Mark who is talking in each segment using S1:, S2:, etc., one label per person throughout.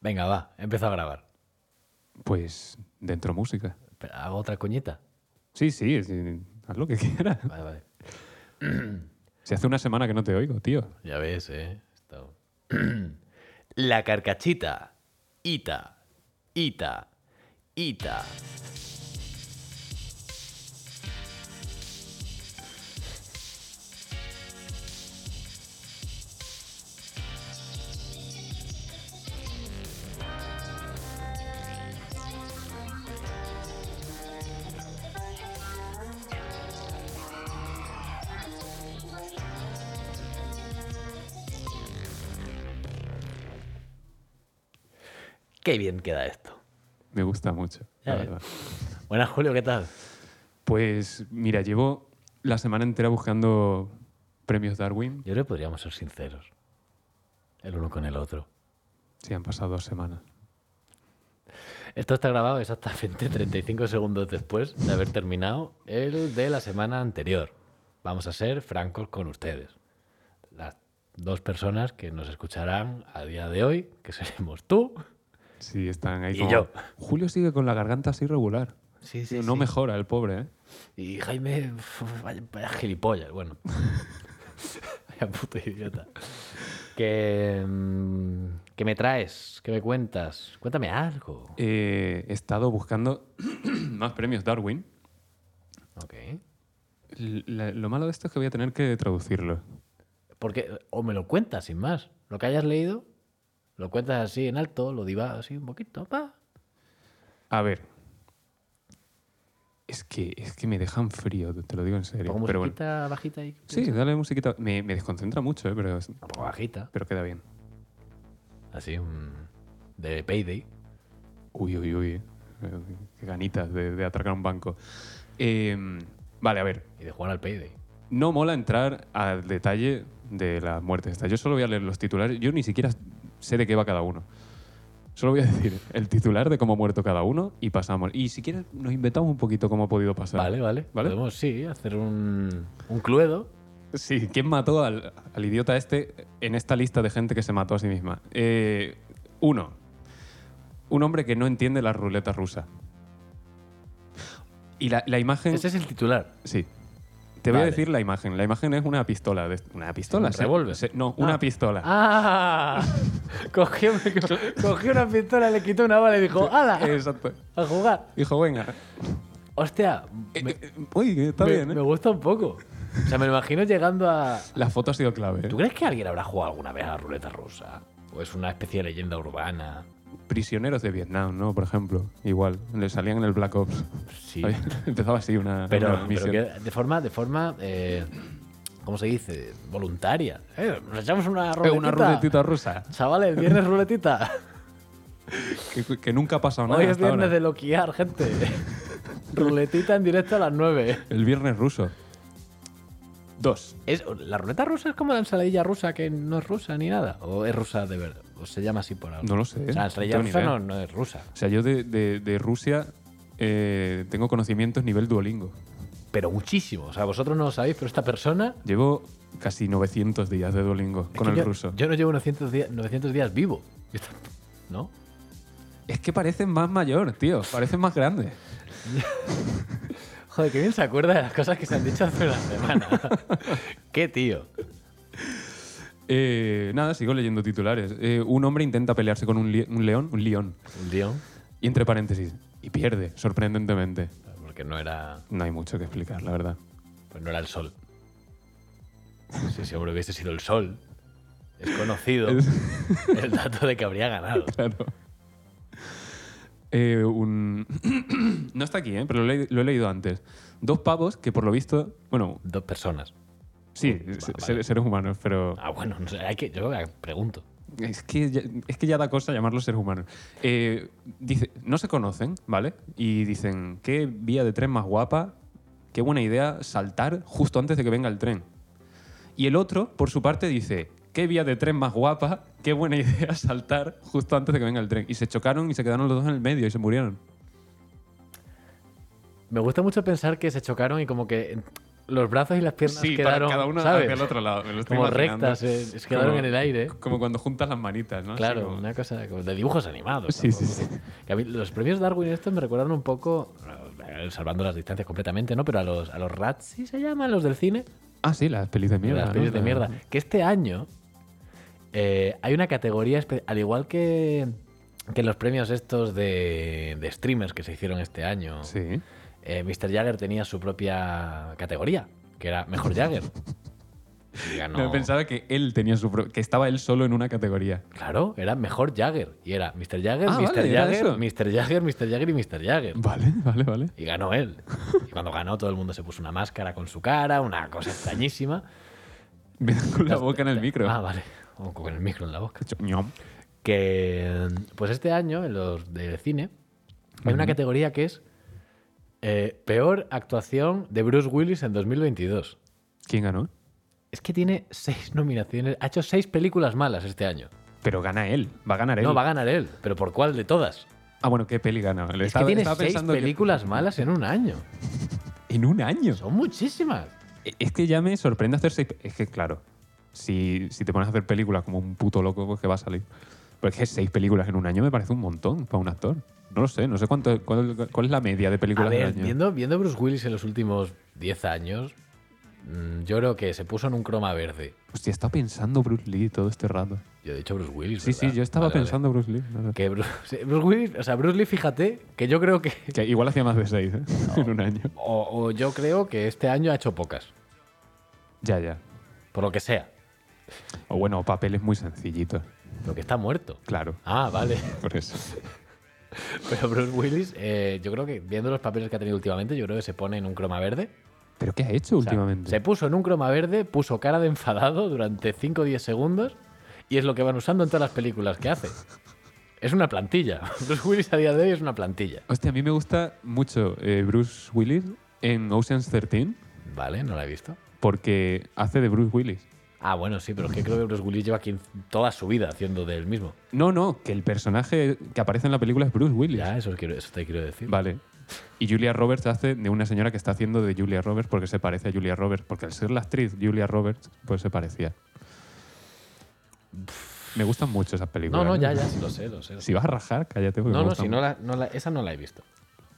S1: Venga, va, empiezo a grabar.
S2: Pues dentro música.
S1: Espera, ¿Hago otra cuñita?
S2: Sí, sí, sí, haz lo que quieras.
S1: Vale, vale.
S2: Si hace una semana que no te oigo, tío.
S1: Ya ves, ¿eh? Está- La carcachita. Ita. Ita. Ita. Qué bien queda esto.
S2: Me gusta mucho,
S1: Ya
S2: la
S1: ves.
S2: verdad.
S1: Buenas, Julio, ¿qué tal?
S2: Pues mira, llevo la semana entera buscando premios Darwin.
S1: Yo creo que podríamos ser sinceros. El uno con el otro.
S2: Sí, han pasado dos semanas.
S1: Esto está grabado exactamente 35 segundos después de haber terminado el de la semana anterior. Vamos a ser francos con ustedes. Las dos personas que nos escucharán a día de hoy, que seremos tú.
S2: Sí, están ahí
S1: Y
S2: como-
S1: yo.
S2: Julio sigue con la garganta así regular.
S1: Sí,
S2: Tío, no mejora el pobre, ¿eh?
S1: Y Jaime, uf, vaya, vaya gilipollas, bueno. vaya puto idiota. Que, mm, ¿Qué me traes? ¿Qué me cuentas? Cuéntame algo.
S2: Eh, He estado buscando más premios Darwin.
S1: Ok.
S2: L- la- lo malo de esto es que voy a tener que traducirlo.
S1: Porque, o me lo cuentas sin más. Lo que hayas leído, lo cuentas así en alto, lo divagas así un poquito, pa.
S2: A ver. Es que, es que me dejan frío, te lo digo en serio.
S1: Pongo
S2: Pero bueno.
S1: musiquita bajita y.
S2: Sí, dale musiquita. Me, me desconcentra mucho, eh, pero, es-
S1: Un poco bajita.
S2: pero queda bien.
S1: Así, un. de Payday.
S2: Uy, uy, uy. eh. Qué ganitas de, de atracar un banco. Eh, vale, a ver.
S1: Y de jugar al Payday.
S2: No mola entrar al detalle de las muertes. estas. Yo solo voy a leer los titulares. Yo ni siquiera sé de qué va cada uno. Solo voy a decir el titular de cómo ha muerto cada uno y pasamos. Y si quieres, nos inventamos un poquito cómo ha podido pasar.
S1: Vale, vale.
S2: ¿Vale?
S1: Podemos, sí, hacer un. un cluedo.
S2: Sí, ¿quién mató al, al idiota este en esta lista de gente que se mató a sí misma? Eh, uno, un hombre que no entiende la ruleta rusa. Y la, la imagen...
S1: Ese es el titular.
S2: Sí. Te voy
S1: Vale.
S2: a decir la imagen. La imagen es una pistola. de- ¿Una pistola?
S1: ¿Un
S2: se-
S1: revólver?
S2: se- no, una
S1: Ah.
S2: pistola.
S1: ¡Ah! Cogió, cogió una pistola, le quitó una bala y dijo, ¡Hala!
S2: Exacto.
S1: ¡A jugar!
S2: Dijo, venga.
S1: Hostia,
S2: Eh,
S1: me,
S2: eh, uy, está
S1: me-
S2: bien, ¿eh?
S1: me gusta un poco. O sea, me lo imagino llegando a...
S2: La foto ha sido clave. ¿eh?
S1: ¿Tú crees que alguien habrá jugado alguna vez a la ruleta rusa? ¿O es una especie de leyenda urbana?
S2: Prisioneros de Vietnam, ¿no? Por ejemplo. Igual. Le salían en el Black Ops.
S1: Sí.
S2: Empezaba así una,
S1: Pero,
S2: una
S1: pero
S2: misión.
S1: que de forma, de forma eh, ¿cómo se dice? Voluntaria. Eh, nos echamos una
S2: Eh,
S1: ruletita.
S2: una ruletita rusa.
S1: Chavales, viernes ruletita.
S2: Que, que nunca ha pasado nada
S1: Hoy es
S2: hasta ahora.
S1: viernes de loquear, gente. ruletita en directo a las 9.
S2: El viernes ruso. Dos.
S1: ¿Es, ¿La ruleta rusa es como la ensaladilla rusa que no es rusa ni nada? ¿O es rusa de verdad? ¿O se llama así por algo?
S2: No lo sé,
S1: O sea, la
S2: no
S1: ensaladilla
S2: tengo ni
S1: rusa
S2: idea.
S1: no, no es rusa.
S2: O sea, yo de, de- de Rusia eh, tengo conocimientos nivel Duolingo.
S1: Pero muchísimo. O sea, vosotros no lo sabéis, pero esta persona...
S2: Llevo casi 900 días de Duolingo
S1: es
S2: con
S1: que
S2: el
S1: yo,
S2: ruso.
S1: Yo no llevo 900 días, 900 días vivo. Yo tam- ¿No?
S2: Es que parecen más mayor, tío. Parecen más grandes.
S1: Joder, qué bien se acuerda de las cosas que se han dicho hace una semana. qué tío.
S2: Eh, nada, sigo leyendo titulares. Eh, un hombre intenta pelearse con un, li- un león, un león.
S1: Un tío.
S2: Y entre paréntesis, y pierde, sorprendentemente.
S1: Porque no era,
S2: No hay mucho que explicar, la verdad.
S1: pues no era el sol. Si seguro hubiese sido el sol, es conocido el dato de que habría ganado.
S2: Claro. Eh, un... no está aquí, ¿eh? pero lo he, lo he leído antes. Dos pavos que por lo visto, bueno,
S1: Dos personas.
S2: sí,
S1: Va-
S2: se-
S1: vale.
S2: seres- seres humanos, pero
S1: Ah, bueno, no sé, hay que, yo pregunto.
S2: es que, ya, es que ya da cosa llamarlos seres humanos. Eh, dice, no se conocen, ¿vale? Y dicen, qué vía de tren más guapa, qué buena idea saltar justo antes de que venga el tren. Y el otro, por su parte, dice, qué vía de tren más guapa, qué buena idea saltar justo antes de que venga el tren. Y se chocaron y se quedaron los dos en el medio y se murieron.
S1: Me gusta mucho pensar que se chocaron y como que los brazos y las piernas
S2: Sí, para
S1: quedaron
S2: cada uno
S1: ¿sabes?
S2: hacia el otro lado. me lo estoy
S1: como
S2: imaginando.
S1: rectas, eh, se quedaron
S2: Como-
S1: en el aire.
S2: Como cuando juntas las manitas, Ah, ¿no? Así
S1: Claro,
S2: como-
S1: una cosa como de dibujos animados.
S2: Sí, sí,
S1: tampoco. Que a mí los premios Darwin estos me recordaron un poco, eh, salvando las distancias completamente, ¿no? Pero a los, a los rats, ¿sí se llaman? Los del cine.
S2: Ah, sí, las pelis de mierda.
S1: las
S2: ¿no?
S1: pelis de
S2: La-
S1: mierda. Que este año eh, hay una categoría, espe- al igual que, que los premios estos de, de streamers que se hicieron este año,
S2: Sí.
S1: eh, Mr. Jagger tenía su propia categoría, que era Mejor Jagger. Y ganó-
S2: No. Pensaba que él tenía su pro- que estaba él solo en una categoría.
S1: Claro, era Mejor Jagger. Y era Mr. Jagger,
S2: Ah,
S1: Mr.
S2: vale, era
S1: Jagger,
S2: eso.
S1: Mr. Jagger, Mr. Jagger y Mr. Jagger.
S2: Vale, vale, vale.
S1: Y ganó él. Y cuando ganó, todo el mundo se puso una máscara con su cara, una cosa extrañísima.
S2: Me dan con la boca en el micro.
S1: Ah, vale. O con el micro en la boca.
S2: Hecho, ñom.
S1: que pues este año en los de cine hay una categoría que es eh, peor actuación de Bruce Willis en 2022.
S2: ¿Quién ganó?
S1: Es que tiene seis nominaciones, ha hecho seis películas malas este año.
S2: Pero gana él. Va a ganar él.
S1: No, va a ganar él, pero ¿por cuál de todas?
S2: Ah, bueno, ¿qué peli gana? Le
S1: Es
S2: estaba-
S1: que tiene
S2: estaba
S1: seis
S2: pensando que-
S1: películas malas en un año.
S2: En un año.
S1: Son muchísimas.
S2: E, Es que ya me sorprende hacer seis. Es que, claro, si, si te pones a hacer películas como un puto loco, pues que va a salir. Pero es que seis películas en un año me parece un montón para un actor. No lo sé, no sé cuánto, cuál, cuál es la media de
S1: A
S2: películas
S1: ver,
S2: en un año.
S1: viendo, viendo Bruce Willis en los últimos 10 años, mm, yo creo que se puso en un croma verde.
S2: Hostia, he estado pensando Bruce Lee todo este rato.
S1: Yo he dicho Bruce Willis.
S2: Sí, sí,
S1: ¿verdad?
S2: yo estaba
S1: Vale, vale.
S2: pensando Bruce Lee. no sé.
S1: Que Bruce, Bruce Willis, o sea, Bruce Lee, fíjate, que yo creo que.
S2: Que igual hacía más de seis ¿eh? en un año.
S1: O, o yo creo que este año ha hecho pocas,
S2: Ya, ya.
S1: por lo que sea,
S2: O bueno, papeles muy sencillitos.
S1: porque está muerto.
S2: Claro,
S1: Ah, vale.
S2: por eso.
S1: Pero Bruce Willis, eh, yo creo que viendo los papeles que ha tenido últimamente, yo creo que se pone en un croma verde.
S2: ¿Pero qué ha hecho
S1: O sea,
S2: últimamente?
S1: se puso en un croma verde, puso cara de enfadado durante 5 o 10 segundos y es lo que van usando en todas las películas que hace. Es una plantilla. Bruce Willis a día de hoy es una plantilla.
S2: Hostia, a mí me gusta mucho eh, Bruce Willis en Ocean's 13
S1: Vale, no la he visto.
S2: porque hace de Bruce Willis.
S1: Ah, bueno, sí, pero es que creo que Bruce Willis lleva 15 toda su vida haciendo del mismo.
S2: No, no, que el personaje que aparece en la película es Bruce Willis.
S1: Ya, eso, quiero- eso te quiero decir.
S2: Vale. Y Julia Roberts hace de una señora que está haciendo de Julia Roberts porque se parece a Julia Roberts. Porque al ser la actriz Julia Roberts, pues se parecía. Me gustan mucho esas películas.
S1: No, no,
S2: ¿eh?
S1: ya, ya, sí, lo sé, lo sé. lo sé.
S2: Si vas a rajar, cállate. Porque
S1: No,
S2: me
S1: no,
S2: gustan
S1: si
S2: mucho.
S1: no la, no la- esa no la he visto.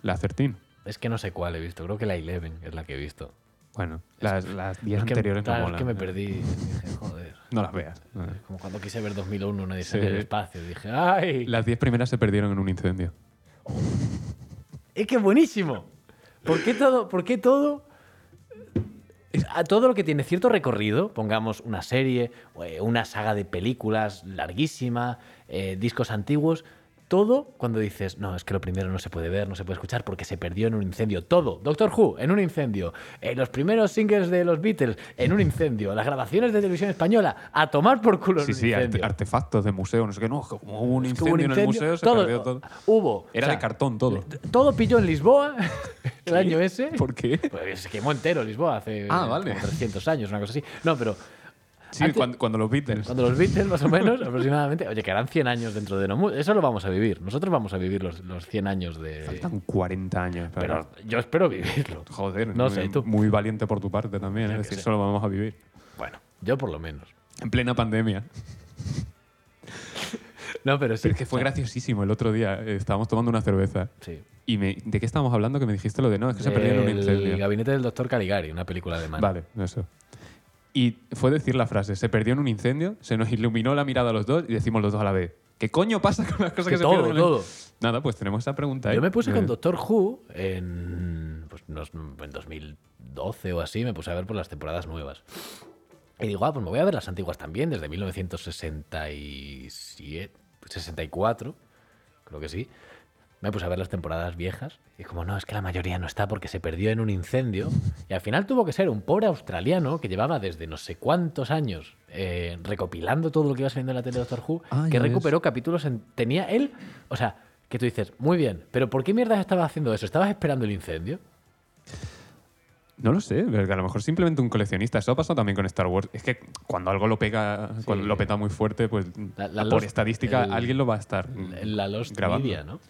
S2: La 13.
S1: Es que no sé cuál he visto, creo que la Eleven es la que he visto.
S2: Bueno, las, las 10
S1: Es que,
S2: anteriores
S1: claro,
S2: no
S1: es
S2: molan. ¿eh?
S1: que me perdí, dije, joder.
S2: No las veas. No las veas.
S1: Como cuando quise ver 2001, una
S2: Sí.
S1: edición del espacio, dije, ¡ay!
S2: Las 10 primeras se perdieron en un incendio.
S1: ¡Es que buenísimo! ¿Por qué todo, por qué todo, a todo lo que tiene cierto recorrido, pongamos una serie, eh, una saga de películas larguísima, eh, discos antiguos, todo cuando dices, no, es que lo primero no se puede ver, no se puede escuchar porque se perdió en un incendio. Todo, Doctor Who, en un incendio. Eh, los primeros singles de los Beatles, en un incendio. Las grabaciones de televisión española, a tomar por culo en
S2: Sí,
S1: un
S2: sí, arte-
S1: incendio.
S2: artefactos de museo, no sé qué. No, es que como hubo un,
S1: Es que
S2: incendio,
S1: hubo un
S2: en el
S1: incendio,
S2: museo, se
S1: todo-
S2: perdió todo.
S1: Hubo.
S2: Era
S1: o sea,
S2: de cartón todo.
S1: todo pilló en Lisboa el año ese.
S2: ¿Por qué?
S1: Pues se quemó entero Lisboa hace
S2: Ah, vale.
S1: como 300 años, una cosa así. No, pero
S2: Sí,
S1: Antes-
S2: cuando, cuando los Beatles.
S1: cuando los Beatles, más o menos, aproximadamente, oye, que harán 100 años dentro de no mu- Eso lo vamos a vivir. Nosotros vamos a vivir los, los 100 años de...
S2: Faltan 40 años.
S1: Pero yo espero vivirlo.
S2: joder,
S1: No
S2: muy,
S1: sé, tú.
S2: muy valiente por tu parte también. Es decir,
S1: sé.
S2: solo vamos a vivir.
S1: Bueno, yo por lo menos.
S2: En plena pandemia.
S1: No, pero sí.
S2: Pero es que fue
S1: o sea,
S2: graciosísimo el otro día. eh, Estábamos tomando una cerveza.
S1: Sí.
S2: Y me, ¿De qué estábamos hablando? Que me dijiste lo de no, es que se perdió en un
S1: Del
S2: incendio.
S1: gabinete del doctor Caligari, una película alemana.
S2: Vale, eso. Y fue decir la frase, se perdió en un incendio, se nos iluminó la mirada a los dos y decimos los dos a la vez, ¿qué coño pasa con las cosas que,
S1: Que
S2: se
S1: todo,
S2: pierden? en el-?"
S1: todo.
S2: Nada, pues tenemos esa pregunta.
S1: Yo
S2: ahí.
S1: me puse con
S2: Eh,
S1: Doctor Who en, pues, nos- en 2012 o así, me puse a ver por las temporadas nuevas. Y digo, ah, pues me voy a ver las antiguas también, desde 1967, 64, creo que sí. Me puse a ver las temporadas viejas y es como, no, es que la mayoría no está porque se perdió en un incendio. Y al final tuvo que ser un pobre australiano que llevaba desde no sé cuántos años eh, recopilando todo lo que iba saliendo en la tele de Doctor Who,
S2: Ah,
S1: que
S2: ya ves.
S1: recuperó capítulos en... Tenía él... O sea, que tú dices, muy bien, pero ¿por qué mierdas estabas haciendo eso? ¿Estabas esperando el incendio?
S2: No lo sé, porque a lo mejor simplemente un coleccionista. Eso ha pasado también con Star Wars. Es que cuando algo lo pega, cuando lo peta muy fuerte, pues
S1: La- la
S2: por
S1: Lost-
S2: estadística
S1: el-
S2: alguien lo va a estar
S1: En la Lost
S2: grabando.
S1: Media, ¿no?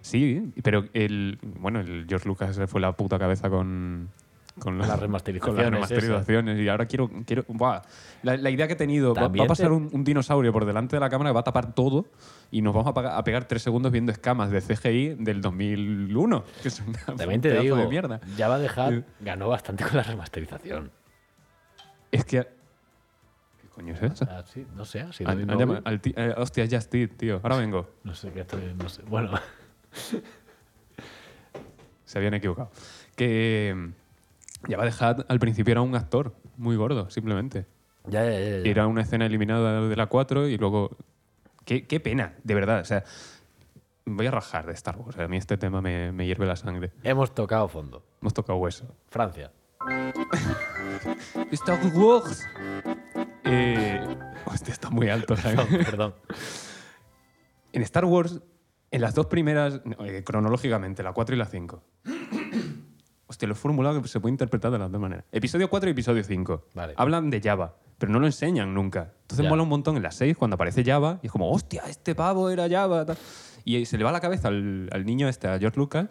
S2: Sí, pero el bueno, el George Lucas fue la puta cabeza con con
S1: Las
S2: la-
S1: remasterizaciones
S2: con las
S1: esas.
S2: remasterizaciones. Y ahora quiero. quiero buah, la, la idea que he tenido. Va,
S1: También
S2: va a pasar
S1: te-
S2: un, un dinosaurio por delante de la cámara que va a tapar todo y nos vamos a, paga- a pegar tres segundos viendo escamas de CGI del 2001. Que es una-
S1: También
S2: un
S1: te
S2: pedazo
S1: digo,
S2: de mierda. Eh.
S1: ya va a dejar,
S2: Sí.
S1: ganó bastante con la remasterización.
S2: Es que. ¿Qué coño es eso?
S1: Ah, sí, no sé, ha sido
S2: Han-
S1: mi
S2: han
S1: móvil.
S2: llamado al ti- eh, hostia, es Just Eat, tío. Ahora vengo.
S1: No sé qué estoy, no sé. Bueno,
S2: Se habían equivocado. Que. mm, Ya va a dejar. Al principio era un actor muy gordo, simplemente.
S1: ya, ya, ya, ya.
S2: Era una escena eliminada de la 4 y luego... Qué, qué pena, de verdad. O sea, voy a rajar de Star Wars. A mí este tema me, me hierve la sangre.
S1: Hemos tocado fondo.
S2: Hemos tocado hueso.
S1: Francia.
S2: Star Wars. Eh, hostia, está muy alto. ¿sabes?
S1: Perdón.
S2: en Star Wars, en las dos primeras, no, eh, cronológicamente, la 4 y la 5. Hostia, lo he formulado que se puede interpretar de las dos maneras. Episodio 4 y episodio 5.
S1: Vale.
S2: Hablan de Java, pero no lo enseñan nunca. Entonces
S1: Ya.
S2: mola un montón en la 6 cuando aparece Java y es como, hostia, este pavo era Java. tal. Y se le va la cabeza al, al niño este, a George Lucas.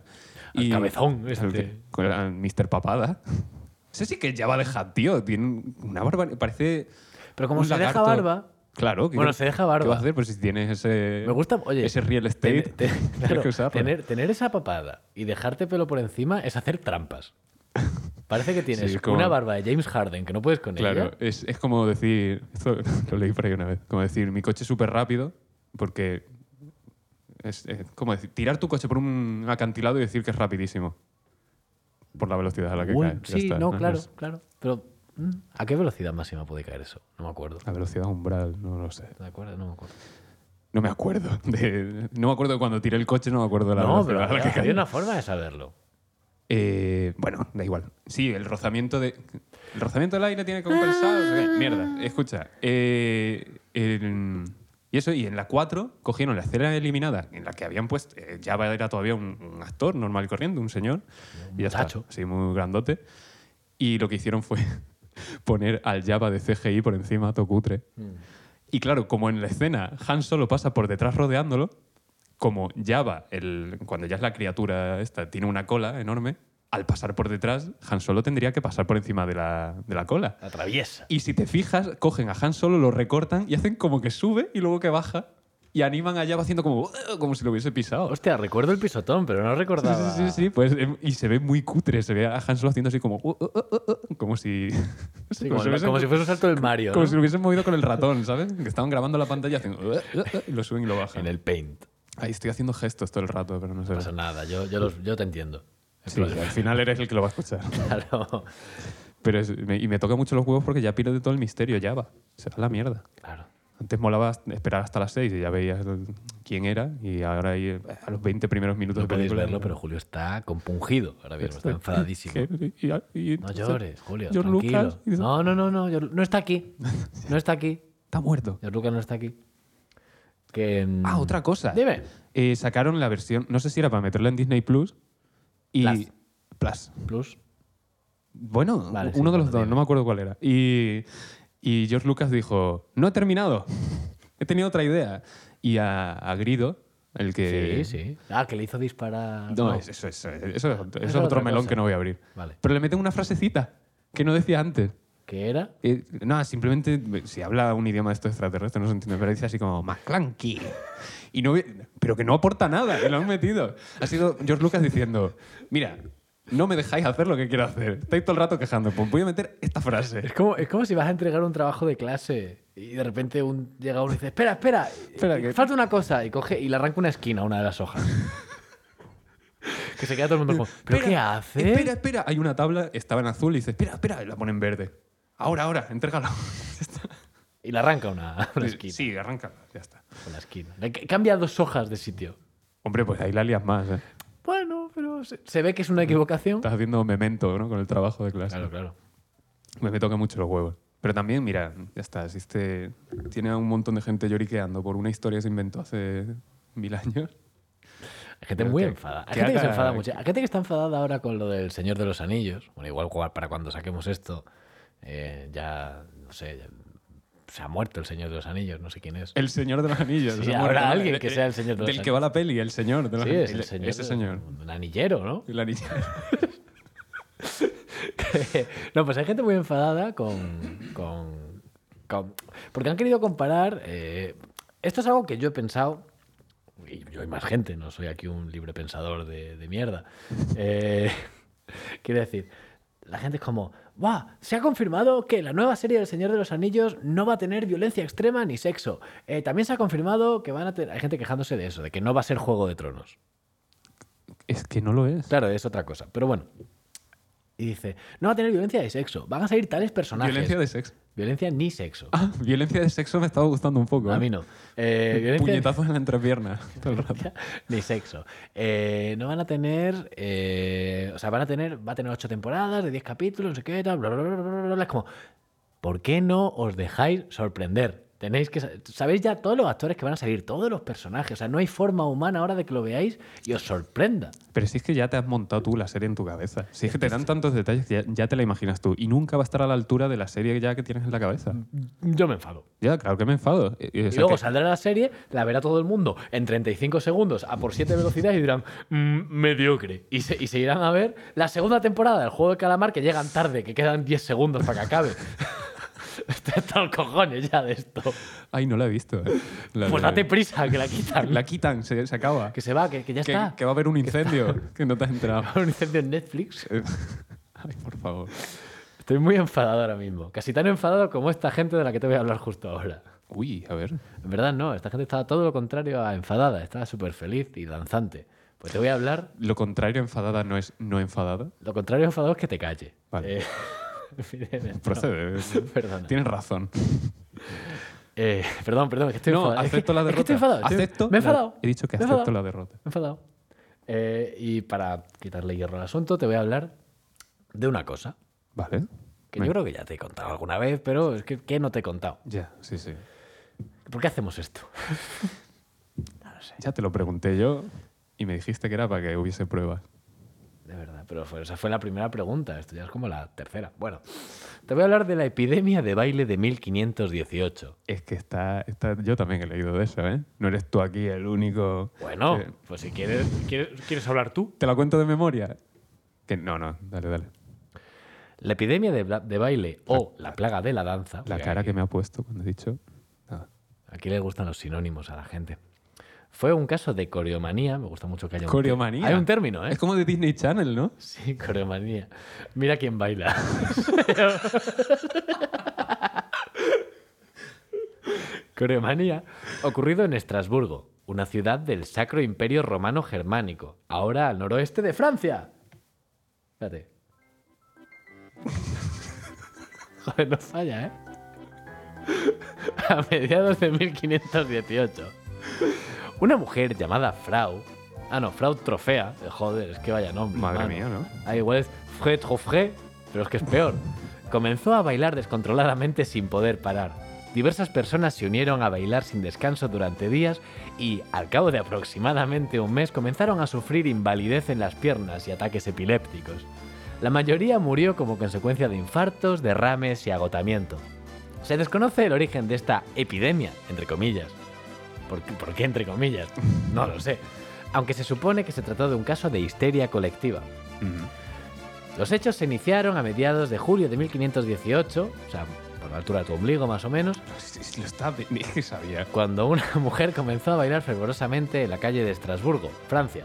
S1: Al
S2: y-
S1: cabezón
S2: al
S1: este.
S2: que- con el- al Mr. Papada. Ese sí que es Java de Hat, tío. Tiene una barba. Parece.
S1: Pero como
S2: un
S1: se deja
S2: lagarto.
S1: barba-
S2: Claro. ¿qué-
S1: Bueno, se deja
S2: ¿Qué
S1: barba.
S2: vas a hacer? Pues si tienes ese.
S1: Me gusta, oye.
S2: Ese real estate.
S1: ten- ten-
S2: tienes
S1: claro,
S2: que pues, usarlo.
S1: tener, tener esa papada y dejarte pelo por encima es hacer trampas. Parece que tienes
S2: Sí, es como-
S1: una barba de James Harden que no puedes con
S2: Claro,
S1: ella.
S2: es, es como decir, esto lo leí por ahí una vez, como decir, mi coche es súper rápido, porque es, es como decir, tirar tu coche por un acantilado y decir que es rapidísimo, por la velocidad a la que
S1: Uy,
S2: cae. ya
S1: sí,
S2: está,
S1: no, claro,
S2: Es
S1: claro. Pero, mm, ¿a qué velocidad máxima puede caer eso? No me acuerdo.
S2: la velocidad umbral, no lo sé.
S1: ¿Te acuerdas? No me acuerdo.
S2: No me acuerdo. de- no me acuerdo de cuando tiré el coche, no me acuerdo de la
S1: no, pero
S2: velocidad a la que
S1: había
S2: caí.
S1: una forma de saberlo.
S2: Eh, bueno, da igual. Sí, el rozamiento de. El rozamiento del aire tiene que compensar. o sea, mierda, escucha. eh, en- y eso, y en la 4 cogieron la escena eliminada, en la que habían puesto. eh, Java era todavía un, un actor normal y corriente, un señor. y ya
S1: muchacho.
S2: está. Sí, muy grandote. Y lo que hicieron fue poner al Java de CGI por encima, Tocutre. Y claro, como en la escena Han solo pasa por detrás rodeándolo, como Java, el, cuando ya es la criatura esta, tiene una cola enorme, al pasar por detrás, Han Solo tendría que pasar por encima de la, de la cola.
S1: Atraviesa.
S2: Y si te fijas, cogen a Han Solo, lo recortan y hacen como que sube y luego que baja. Y animan a Java haciendo como, como si lo hubiese pisado.
S1: Hostia, recuerdo el pisotón, pero no
S2: Sí,
S1: recordaba.
S2: sí, sí, sí, pues, em, y se ve muy cutre, se ve a Han Solo haciendo así como, "Uh, uh, uh, uh", como si...
S1: Sí, como,
S2: si hubiese-
S1: como si fuese un salto del Mario.
S2: Pues como
S1: ¿no?
S2: si lo hubiesen movido con el ratón, ¿sabes? Que estaban grabando la pantalla hacen, "Uh, uh, uh", y lo suben y lo bajan.
S1: En el Paint.
S2: Ahí estoy haciendo gestos todo el rato, pero no sé.
S1: No pasa nada, yo, yo, los- yo te entiendo. El
S2: Sí,
S1: problema.
S2: al final eres el que lo va a escuchar.
S1: Claro.
S2: Pero es- me- y me toca mucho los huevos porque ya pierde todo el misterio, ya va. Se va a la mierda.
S1: claro.
S2: Antes molaba esperar hasta las 6 y ya veías el- quién era y ahora ahí, eh, a los 20 primeros minutos
S1: No
S2: de
S1: podéis
S2: película-
S1: verlo, pero Julio está compungido ahora mismo, está
S2: Estoy-
S1: enfadadísimo.
S2: ¿Qué? Y- y- y-
S1: No llores, Julio,
S2: George
S1: tranquilo.
S2: Lucas hizo-
S1: No, no, no, no, George- no está aquí. No está aquí.
S2: Está muerto.
S1: George Lucas no está aquí. Que, mm,
S2: Ah, otra cosa.
S1: Dime.
S2: Eh, sacaron la versión, no sé si era para meterla en Disney Plus y
S1: Plus.
S2: Plus.
S1: Plus.
S2: Bueno,
S1: Vale, sí,
S2: uno de los
S1: bueno,
S2: dos,
S1: dime.
S2: no me acuerdo cuál era. Y, y George Lucas dijo, no he terminado, he tenido otra idea. Y a, a Grido, el que...
S1: Sí, sí. Ah, que le hizo disparar.
S2: No, es- eso, eso- eso- eso es otro- eso es
S1: otra
S2: otro melón
S1: cosa.
S2: que no voy a abrir.
S1: Vale.
S2: Pero le meten una frasecita que no decía antes.
S1: ¿Qué era?
S2: Eh, nada, simplemente si habla un idioma de estos extraterrestres no se entiende, pero dice así como McClanky. Y no, hubie- pero que no aporta nada, que lo han metido. Ha sido George Lucas diciendo, mira, no me dejáis hacer lo que quiero hacer. Estáis todo el rato quejando, pues voy a meter esta frase.
S1: Es como, es como si vas a entregar un trabajo de clase y de repente un, llega uno y dice, espera, espera,
S2: Espera, que-
S1: falta una cosa. Y coge y le arranca una esquina a una de las hojas. que se queda todo el mundo como, ¿pero
S2: Espera,
S1: qué hace?
S2: Espera, espera. Hay una tabla, estaba en azul y dice, espera, espera, y la pone en verde. Ahora, ahora, entrégalo. Ya está.
S1: Y le arranca una, una esquina.
S2: sí, arranca, ya está.
S1: Una esquina. Le ca- cambia dos hojas de sitio.
S2: Hombre, pues ahí la lías más. ¿eh?
S1: Bueno, pero se, se ve que es una equivocación.
S2: Estás haciendo memento ¿no? con el trabajo de clase.
S1: Claro, claro.
S2: Me, me toca mucho los huevos. Pero también, mira, ya está, existe, tiene a un montón de gente lloriqueando por una historia que se inventó hace mil años.
S1: Hay gente
S2: Pero
S1: muy
S2: que-
S1: enfadada. Hay
S2: que
S1: gente que se
S2: haga-
S1: enfada mucho. Hay gente que está enfadada ahora con lo del Señor de los Anillos. Bueno, igual cua- para cuando saquemos esto, eh, ya, no sé, ya- se ha muerto el Señor de los Anillos, no sé quién es.
S2: El Señor de los Anillos.
S1: Sí,
S2: o sea,
S1: habrá
S2: bueno,
S1: alguien
S2: el-
S1: que sea el Señor de los
S2: Del que
S1: Anillos.
S2: va la peli, el Señor de los
S1: Sí, es el
S2: Anillos.
S1: señor.
S2: Ese
S1: de-
S2: señor.
S1: Un anillero, ¿no?
S2: El anillo.
S1: no, pues hay gente muy enfadada con. con- con- porque han querido comparar. eh, esto es algo que yo he pensado. Y yo hay más gente, no soy aquí un libre pensador de, de mierda. Eh, quiero decir, la gente es como. ¡Buah! Se ha confirmado que la nueva serie del Señor de los Anillos no va a tener violencia extrema ni sexo. Eh, también se ha confirmado que van a tener. Hay gente quejándose de eso, de que no va a ser Juego de Tronos.
S2: Es que no lo es.
S1: Claro, es otra cosa. Pero bueno. Y dice, no va a tener violencia de sexo. Van a salir tales personajes.
S2: Violencia de sexo.
S1: Violencia ni sexo.
S2: Ah, violencia de sexo me estaba gustando un poco.
S1: a
S2: ¿eh?
S1: mí no. Eh, violencia
S2: Puñetazos en la entrepierna. todo el rato.
S1: ni sexo. Eh, no van a tener... eh, o sea, van a tener... Va a tener ocho temporadas de diez capítulos, no sé qué, tal, bla, bla, bla, bla, bla, bla. Es como, ¿por qué no os dejáis sorprender? Tenéis que... sa- Sabéis ya todos los actores que van a salir, todos los personajes. O sea, no hay forma humana ahora de que lo veáis y os sorprenda.
S2: Pero si es que ya te has montado tú la serie en tu cabeza. Si es que te dan tantos detalles que ya, ya te la imaginas tú. Y nunca va a estar a la altura de la serie ya que tienes en la cabeza.
S1: Yo me enfado.
S2: Ya, claro que me enfado. Eh, eh, o
S1: Y
S2: sea
S1: luego
S2: que-
S1: saldrá la serie, la verá todo el mundo en 35 segundos a por 7 velocidades y dirán, "Mm, mediocre. Y se, y se irán a ver la segunda temporada del juego de calamar que llegan tarde, que quedan 10 segundos para que acabe. Está hasta los cojones ya de esto.
S2: Ay, no la he visto. eh. La
S1: Pues
S2: de-
S1: date prisa, que la quitan.
S2: La quitan, se, se acaba.
S1: Que se va, que, que ya
S2: Que-
S1: está.
S2: que va a haber un incendio. Que no te has enterado.
S1: Un incendio en Netflix.
S2: Eh, Ay, por favor.
S1: Estoy muy enfadado ahora mismo. Casi tan enfadado como esta gente de la que te voy a hablar justo ahora.
S2: Uy, a ver.
S1: En verdad no, esta gente estaba todo lo contrario a enfadada. Estaba súper feliz y danzante. Pues te voy a hablar
S2: Lo contrario a enfadada no es no enfadada.
S1: Lo contrario enfadado es que te calle.
S2: Vale.
S1: Eh, Fidel,
S2: Procede. eh.
S1: perdona.
S2: Tienes razón.
S1: Eh, perdón, perdón, es que estoy
S2: no,
S1: enfadado. Es que-
S2: acepto la
S1: es
S2: derrota.
S1: que estoy enfadado. estoy- me
S2: Acepto
S1: he
S2: la-
S1: enfadado.
S2: He dicho que
S1: me he
S2: acepto
S1: enfadado,
S2: la derrota.
S1: me he enfadado. Eh, y para quitarle hierro al asunto, te voy a hablar de una cosa
S2: Vale.
S1: que yo creo que ya te he contado alguna vez, pero es que, que no te he contado.
S2: Ya, sí, sí.
S1: ¿Por qué hacemos esto?
S2: Ya te lo pregunté yo y me dijiste que era para que hubiese pruebas.
S1: De verdad, pero fue- esa fue la primera pregunta. Esto ya es como la tercera. Bueno, te voy a hablar de la epidemia de baile de 1518.
S2: Es que está, está. Yo también he leído de eso, ¿eh? No eres tú aquí el único.
S1: Bueno,
S2: que-
S1: pues si quieres, quieres, quieres hablar tú.
S2: ¿Te la cuento de memoria? Que no, no, dale, dale.
S1: La epidemia de, bla- de baile o la plaga de la danza.
S2: Ah. La
S1: porque
S2: cara
S1: aquí,
S2: que me ha puesto cuando he dicho. nada.
S1: aquí le gustan los sinónimos a la gente. Fue un caso de coreomanía. Me gusta mucho que haya un ter-
S2: Coreomanía.
S1: Hay un término, ¿eh?
S2: Es como de Disney Channel, ¿no?
S1: Sí, coreomanía. Mira quién baila. coreomanía. Ocurrido en Estrasburgo, una ciudad del Sacro Imperio Romano Germánico, ahora al noroeste de Francia. Espérate. Joder, no falla, ¿eh? A mediados de 1518. Una mujer llamada Frau. Ah, no, Frau Trofea. Eh, Joder, es que vaya nombre.
S2: Madre
S1: hermano.
S2: mía, ¿no?
S1: Ah, igual es Fre Trofé, pero es que es peor. Comenzó a bailar descontroladamente sin poder parar. Diversas personas se unieron a bailar sin descanso durante días y, al cabo de aproximadamente un mes, comenzaron a sufrir invalidez en las piernas y ataques epilépticos. La mayoría murió como consecuencia de infartos, derrames y agotamiento. Se desconoce el origen de esta epidemia, entre comillas. ¿Por qué, por qué entre comillas? No lo sé. Aunque se supone que se trató de un caso de histeria colectiva. Los hechos se iniciaron a mediados de julio de 1518, o sea, por la altura de tu ombligo más o menos,
S2: Sí, sí, Lo está. Es que sabía.
S1: cuando una mujer comenzó a bailar fervorosamente en la calle de Estrasburgo, Francia.